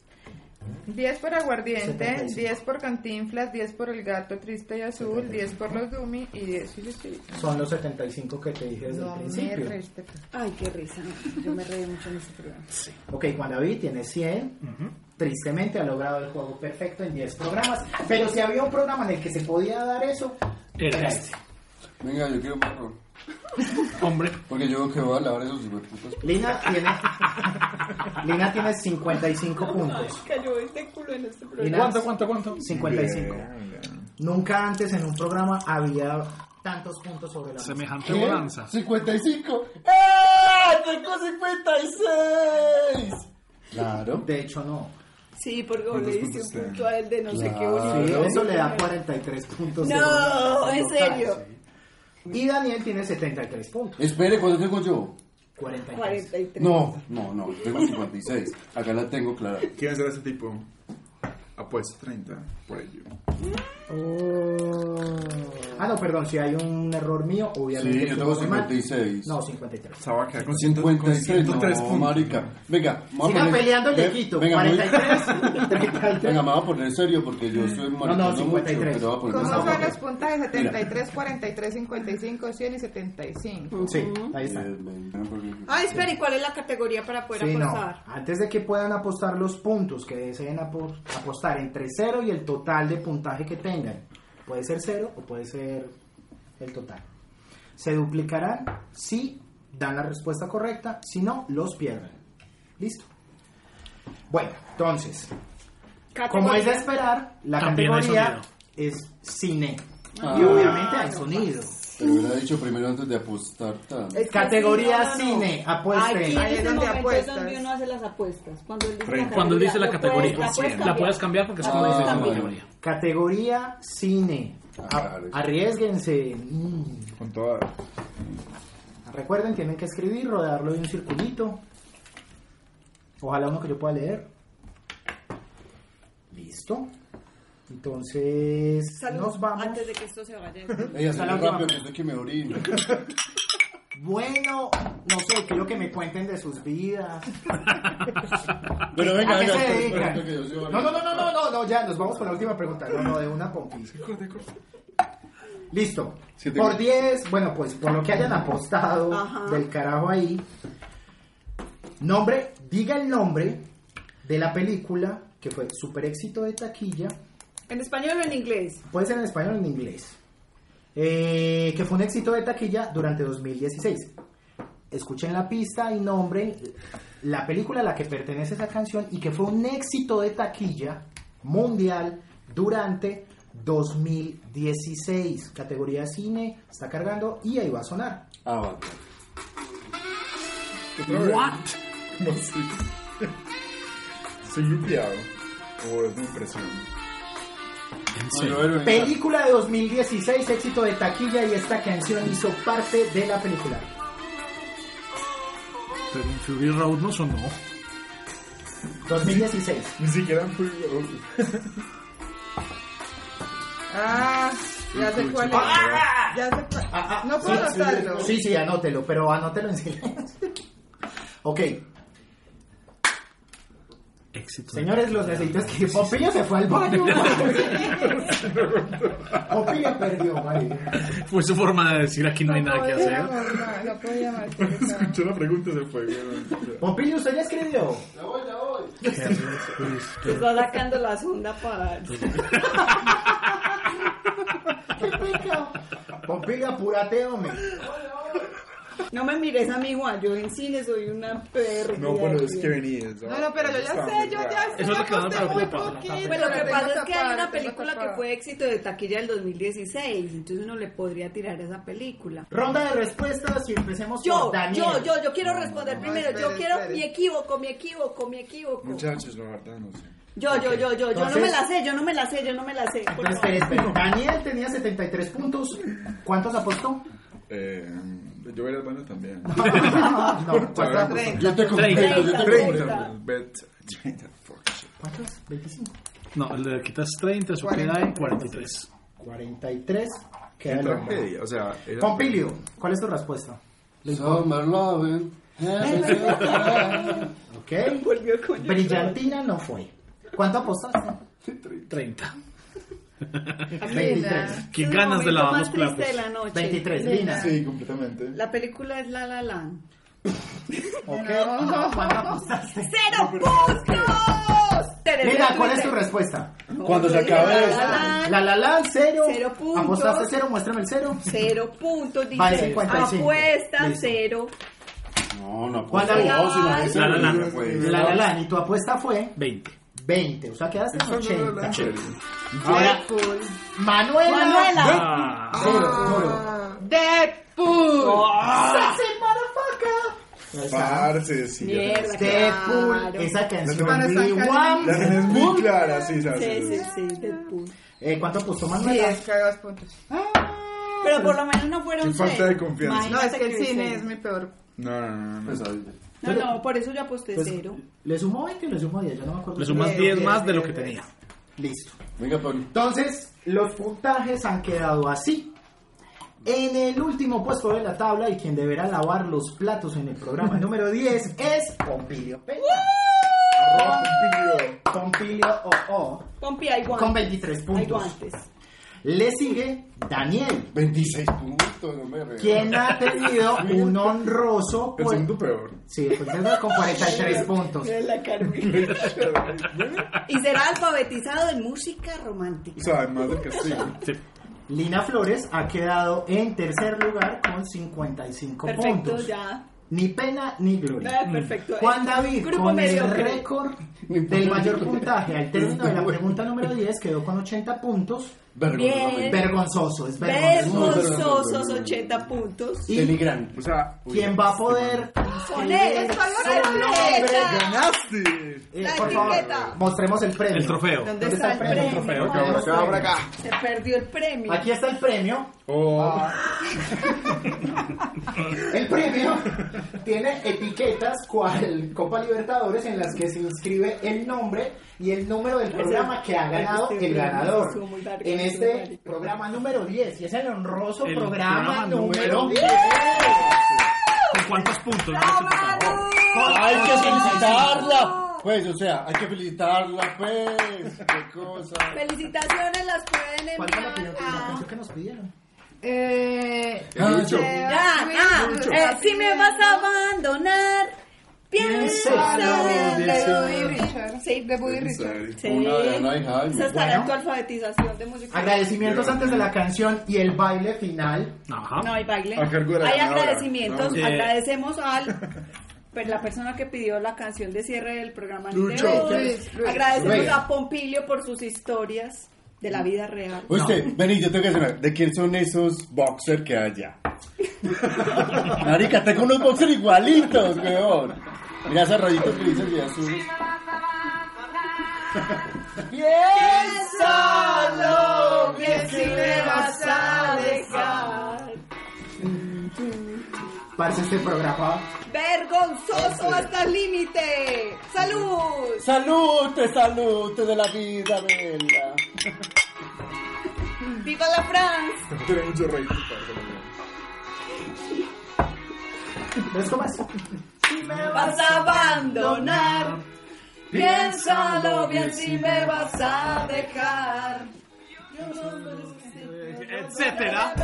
S2: 10 por aguardiente,
S5: 75.
S2: 10 por cantinflas, 10 por el gato triste y azul, 10 por los Dumi y 10 por
S5: Son los 75 que te dije desde
S2: No
S5: el
S2: me
S5: principio.
S2: reste.
S6: Ay, qué risa. Yo me reí mucho en este programa.
S5: Ok, Juan David tiene 100. Tristemente ha logrado el juego perfecto en 10 programas. Pero si había un programa en el que se podía dar eso,
S1: Era
S5: era
S1: este.
S5: este.
S4: Venga, yo quiero un marrón.
S1: Hombre,
S4: Porque yo creo que voy a lavar esos hijueputas.
S5: Lina tiene, Lina tiene 55 puntos.
S6: Cayó este culo en este programa.
S5: Lina,
S1: ¿cuánto, cuánto, cuánto?
S5: 55. Nunca antes en un programa había tantos puntos sobre la mesa.
S1: Semejante bonanza.
S4: 55. ¡Ah! Tengo 56. Claro.
S5: De hecho, no.
S6: Sí, porque vos le diste un
S3: puntos
S6: punto a él de no sé qué
S4: Claro.
S6: boludo.
S5: Sí, eso le da 43 puntos. de
S6: No,
S5: bonus.
S6: en
S5: Total,
S6: serio.
S5: sí. Y Daniel tiene 73 puntos.
S4: Espere, ¿cuánto tengo yo?
S5: 43.
S6: 43.
S4: No, no, no, tengo 56. Acá la tengo clara.
S3: ¿Quién será ese tipo? Apuesto 30 por ello.
S5: Ah, no, perdón, si hay un error mío, obviamente.
S4: Sí, yo tengo
S5: estuvo mal.
S4: 56.
S5: No, 53.
S3: Estaba acá con
S4: 53,
S3: 103
S4: no,
S3: puntos.
S4: marica. Venga, vamos
S5: Sigan
S4: poner-
S5: peleando, le
S4: Ve-
S5: quito.
S4: Venga, me voy-
S5: 43, 33.
S4: Venga, me voy a poner serio porque yo soy maricón
S5: Mm. no,
S4: mucho,
S5: 53.
S4: pero voy a poner
S2: ¿Cómo
S4: serio.
S2: son los puntajes? 73, 43, 55, 100 y 75.
S5: Sí, ahí
S4: Eh,
S5: está.
S4: venga, porque-
S6: Ay, espera, ¿y cuál es la categoría para poder
S5: Sí, no.
S6: apostar?
S5: Antes de que puedan apostar los puntos que deseen apo- apostar entre cero y el total de puntaje que tengan, puede ser cero o puede ser el total. Se duplicarán si dan la respuesta correcta, si no, los pierden. Listo. Bueno, entonces, como es de esperar, la
S1: También hay
S5: categoría
S1: sonido.
S5: es cine.
S4: Ah.
S5: y obviamente hay sonido.
S4: Pero hubiera dicho primero antes de apostar tanto.
S6: Es que
S5: Categoría
S6: sí, no, no, no.
S5: cine, apuesten.
S6: Aquí en
S2: Ahí es
S6: este
S2: donde
S6: momento
S2: apuestas.
S6: es donde uno hace las apuestas. Cuando él dice,
S3: Treinta.
S6: la
S1: Cuando él dice la
S6: lo puedes-
S1: categoría,
S6: la puedes
S1: la puedes cambiar porque es
S4: Ah,
S1: cuando dice la
S4: bueno.
S1: categoría.
S5: Categoría cine.
S4: Ah,
S5: A- Pues, Arriesguense. Mm.
S3: Con toda.
S5: Recuerden, tienen que escribir, rodearlo de un circulito. Ojalá uno que yo pueda leer. Listo. Entonces,
S6: Salud,
S5: nos vamos.
S6: Antes de que esto se vaya.
S4: Ella
S5: Hasta la
S4: salió
S5: última.
S4: rápido que estoy que me orino.
S5: Bueno, no sé, quiero que me cuenten de sus vidas.
S4: Pero venga,
S5: ¿A qué se
S4: venga, espera,
S5: dedican?
S4: espera, que yo soy
S5: No,
S4: orino.
S5: no, no, no, no, no, no, ya, nos vamos con la última pregunta. No, no, de una pompis. Listo.
S4: Siete
S5: Por
S4: mil.
S5: 10, bueno, pues por lo que hayan apostado
S6: Ajá.
S5: del carajo ahí. Nombre, diga el nombre de la película que fue super éxito de taquilla.
S6: ¿En español o en inglés?
S5: Puede ser en español o en inglés. Eh, que fue un éxito de taquilla durante 2016. Escuchen la pista y nombren la película a la que pertenece esa canción y que fue un éxito de taquilla mundial durante 2016. Categoría cine, está cargando y ahí va a sonar.
S4: Avatar.
S1: What?
S3: No, sí. Soy lupeado. Por mi impresión.
S4: No, yo era-
S5: Película de 2016, éxito de taquilla y esta canción hizo parte de la película.
S1: Pero en Fury Road no sonó.
S5: 2016.
S3: Ni siquiera fui.
S2: Ah, Ya sé cuál es.
S3: Ah,
S2: Ya sé cuál. no puedo
S5: Ah, sí,
S2: notarlo.
S5: Sí, sí, anótelo, pero anótelo en silencio. ok,
S1: Éxito.
S5: señores, los necesito es que Popillo se fue al baño. Popillo perdió, Mario.
S1: Fue su forma de decir aquí no hay nada que hacer.
S2: podíamos, no, no podíamos.
S3: Escuchó la pregunta y se fue. güey.
S5: Popillo, ¿usted ya escribió?
S6: Está sacando la segunda parte.
S5: ¡Qué pecado! Popillo, apúrate, hombre.
S6: No me mires a mi Juan, yo en cine soy una perra.
S3: No, pero es que venías.
S2: No, no, pero yo ya sé, yo ya sé.
S1: Eso es lo que
S2: me
S1: no me
S2: acosté muy
S1: preocupa.
S2: poquito.
S6: Pues lo que
S2: Tengo
S6: pasa es que hay
S2: tapada,
S6: una
S2: tengo
S6: película que
S2: tapada.
S6: fue éxito de taquilla del 2016, entonces uno le podría tirar a esa película.
S5: Ronda de respuestas y empecemos
S6: Yo,
S5: por Pues, Daniel.
S6: yo, yo, yo quiero responder
S2: no,
S6: primero.
S2: espere,
S6: yo quiero,
S2: espere.
S6: mi equívoco, mi equívoco, mi equívoco.
S3: Muchachos, la verdad no sé.
S6: Yo, yo, yo, yo, yo no
S5: Entonces-
S6: me la sé, yo no me la sé, yo no me la sé. por
S5: Pero
S6: favor.
S5: espere, espere. Daniel tenía 73 puntos. ¿Cuántos apostó?
S3: Eh, yo era el baño también.
S5: Ah, no,
S3: Ahora,
S5: ¿cuántos?
S3: pues,
S4: Yo te
S1: Treinta.
S4: comprendo, yo te comprendo.
S6: Treinta.
S3: Bet. Treinta, fuck shit.
S5: ¿Cuántos? 25.
S1: No, le quitas 30, eso queda en 43.
S5: 43.
S3: Qué
S5: Queda el hombre.
S3: tragedia, o sea. era-
S5: Pompilio, ¿cuál es tu respuesta?
S4: Summer loving.
S5: Ok. Brillantina no fue. ¿Cuánto apostaste?
S1: 30.
S6: Mira,
S5: 23.
S1: Qué
S6: es el
S1: ganas de
S6: momento
S1: lavar
S6: más
S1: los platos.
S6: triste de la noche.
S5: 23,
S6: Lena.
S5: Lina.
S3: Sí, completamente.
S6: La película es La La Land.
S5: Ok. ¿Cuánto apostaste?
S6: ¡Cero puntos! Te
S5: Lina,
S6: deseo
S5: ¿cuál es tu
S6: suerte.
S5: respuesta?
S4: Cuando se
S6: yo digo
S4: acabe
S6: La
S4: esto.
S6: La Land,
S5: La la la, cero.
S6: Cero puntos.
S5: ¿Apostaste cero? Muéstrame el cero.
S6: Cero puntos,
S5: Vale,
S6: dice.
S5: 55.
S6: Apuesta
S5: Listo.
S6: cero.
S4: No, no,
S5: ¿Cuál
S4: pues,
S5: era?
S4: no, si no, ese
S1: La, la, la.
S4: no, pues.
S5: La la la, y tu apuesta fue
S1: 20.
S5: 20. O sea, quedaste en 80.
S1: pues.
S5: Ahora,
S6: Deadpool.
S5: Manuela.
S6: Manuela.
S1: Ah,
S5: Cero, cero.
S2: Ah. Deadpool. Ah.
S5: Sexy motherfucker. Ahí está.
S3: Parce, sí. ya
S6: Mierda,
S5: Deadpool,
S6: claro.
S5: esa canción
S3: Bueno,
S2: está
S5: Lil
S2: casi-
S3: La
S5: Wamps.
S3: tenés muy clara, sí, sabes.
S6: Sí, sí, sí, Deadpool.
S5: Eh, ¿Cuánto apostó Manuela?
S2: 10 cagados puntos.
S6: Pero por lo menos no fueron
S3: Qué falta
S6: seis.
S3: de confianza.
S2: No, es
S6: Imagínate
S2: que el cine
S6: hubiese-
S2: es mi peor.
S3: No, no, no, no.
S4: Pues, ahí.
S6: No, no, por eso yo aposté
S5: Pues,
S6: cero.
S5: ¿Le sumó 20 o le sumó 10? Yo no me acuerdo.
S1: Le sumas
S5: Bien,
S1: 10
S5: bien,
S1: más de lo que
S5: bien,
S1: tenía.
S5: bien. Listo.
S4: Venga, Pablo.
S5: Entonces, los puntajes han quedado así. En el último puesto de la tabla y quien deberá lavar los platos en el programa número 10 es Pompilio Peña.
S3: Arroba Pompilio.
S5: Pompilio O.O.
S6: Pompi, hay guantes.
S5: Con 23
S6: Hay
S5: puntos.
S6: guantes.
S5: Le sigue Daniel,
S4: 26 puntos, no me regalas.
S5: quien ha tenido un honroso
S3: El
S5: puesto.
S3: segundo peor.
S5: Sí, el segundo con 43 puntos.
S6: Mira la Carmen. y será alfabetizado en música
S3: O
S6: romántica.
S3: sea, además del castigo.
S1: sí.
S5: Lina Flores ha quedado en tercer lugar con 55
S6: Perfecto,
S5: puntos.
S6: ya.
S5: Ni pena ni gloria.
S6: Ah, Perfecto.
S5: Juan David,
S6: Grupo
S5: con el
S6: mediocre.
S5: récord del mayor puntaje al término de la pregunta número 10, quedó con 80 puntos.
S6: Bien.
S5: Vergonzoso, es vergonzoso.
S6: Vergonzosos 80 puntos.
S5: Y
S3: O sea, uy,
S5: quien va a poder...
S6: Poner
S5: inscribir
S6: colores
S5: su
S6: en la
S5: nombre-
S6: etiqueta.
S3: ¡Ganaste!
S5: Eh,
S6: La
S5: por favor,
S6: etiqueta.
S5: mostremos el premio.
S1: El trofeo.
S6: ¿Dónde está el premio?
S1: trofeo,
S5: Mostremos
S3: Acá,
S5: premio.
S3: acá, acá.
S6: Se perdió el premio.
S5: Aquí está el premio.
S3: Oh,
S5: El premio tiene etiquetas cual Copa Libertadores en las que se inscribe el nombre y el número del programa que ha ganado
S6: Este
S5: el
S6: programa
S5: ganador.
S6: estuvo muy largo,
S5: En
S6: estuvo muy
S5: este
S6: largo.
S5: programa número 10 y es el honroso
S1: El
S5: programa
S1: programa
S5: número
S1: número
S5: 10.
S1: ¿Con cuántos puntos? No sé por favor.
S4: ¡Hay que felicitarla! Pues, o sea, hay que felicitarla, pues. ¡Qué cosa!
S6: Felicitaciones las pueden
S5: ¿Cuál fue la, opinión
S6: enviar
S5: que- la
S6: a...
S5: canción que nos pidieron?
S2: Eh,
S4: Mucho.
S6: Ya, ah, eh, si me vas a abandonar, piénsalo
S2: de Buddy
S6: de
S2: Richard. Sí, de Buddy Richard.
S3: sorry.
S6: Sí.
S4: Una de Ana y Jaime.
S6: Esa estará en
S5: Bueno.
S6: tu alfabetización de música.
S5: Agradecimientos antes de la canción y el baile final.
S1: Ajá.
S6: No hay baile.
S3: A cargo de la
S6: Hay
S3: ganadora.
S6: agradecimientos.
S3: Vamos.
S1: Eh.
S6: Agradecemos al pues, la persona que pidió la canción de cierre del programa.
S3: Lucho.
S6: de hoy.
S2: Luis, Luis.
S6: Agradecemos
S4: Luis.
S6: a Pompilio por sus historias de la vida real.
S4: Usted, vení, yo tengo que hacer una. ¿De quién son esos boxers que hay allá? Marica, tengo unos boxers igualitos, weón. Mira esas rayitas grises y azules.
S6: Piénsalo
S2: que si me vas a dejar.
S5: Parce este programa.
S6: Vergonzoso hasta el límite. Salud.
S4: Salute, salute de la vida, bella.
S6: ¡Viva la France!
S3: Tiene mucho rating para eso también.
S5: ¿Ves cómo es?
S6: Si me vas a abandonar, piénsalo bien si me vas a dejar.
S1: Etcétera.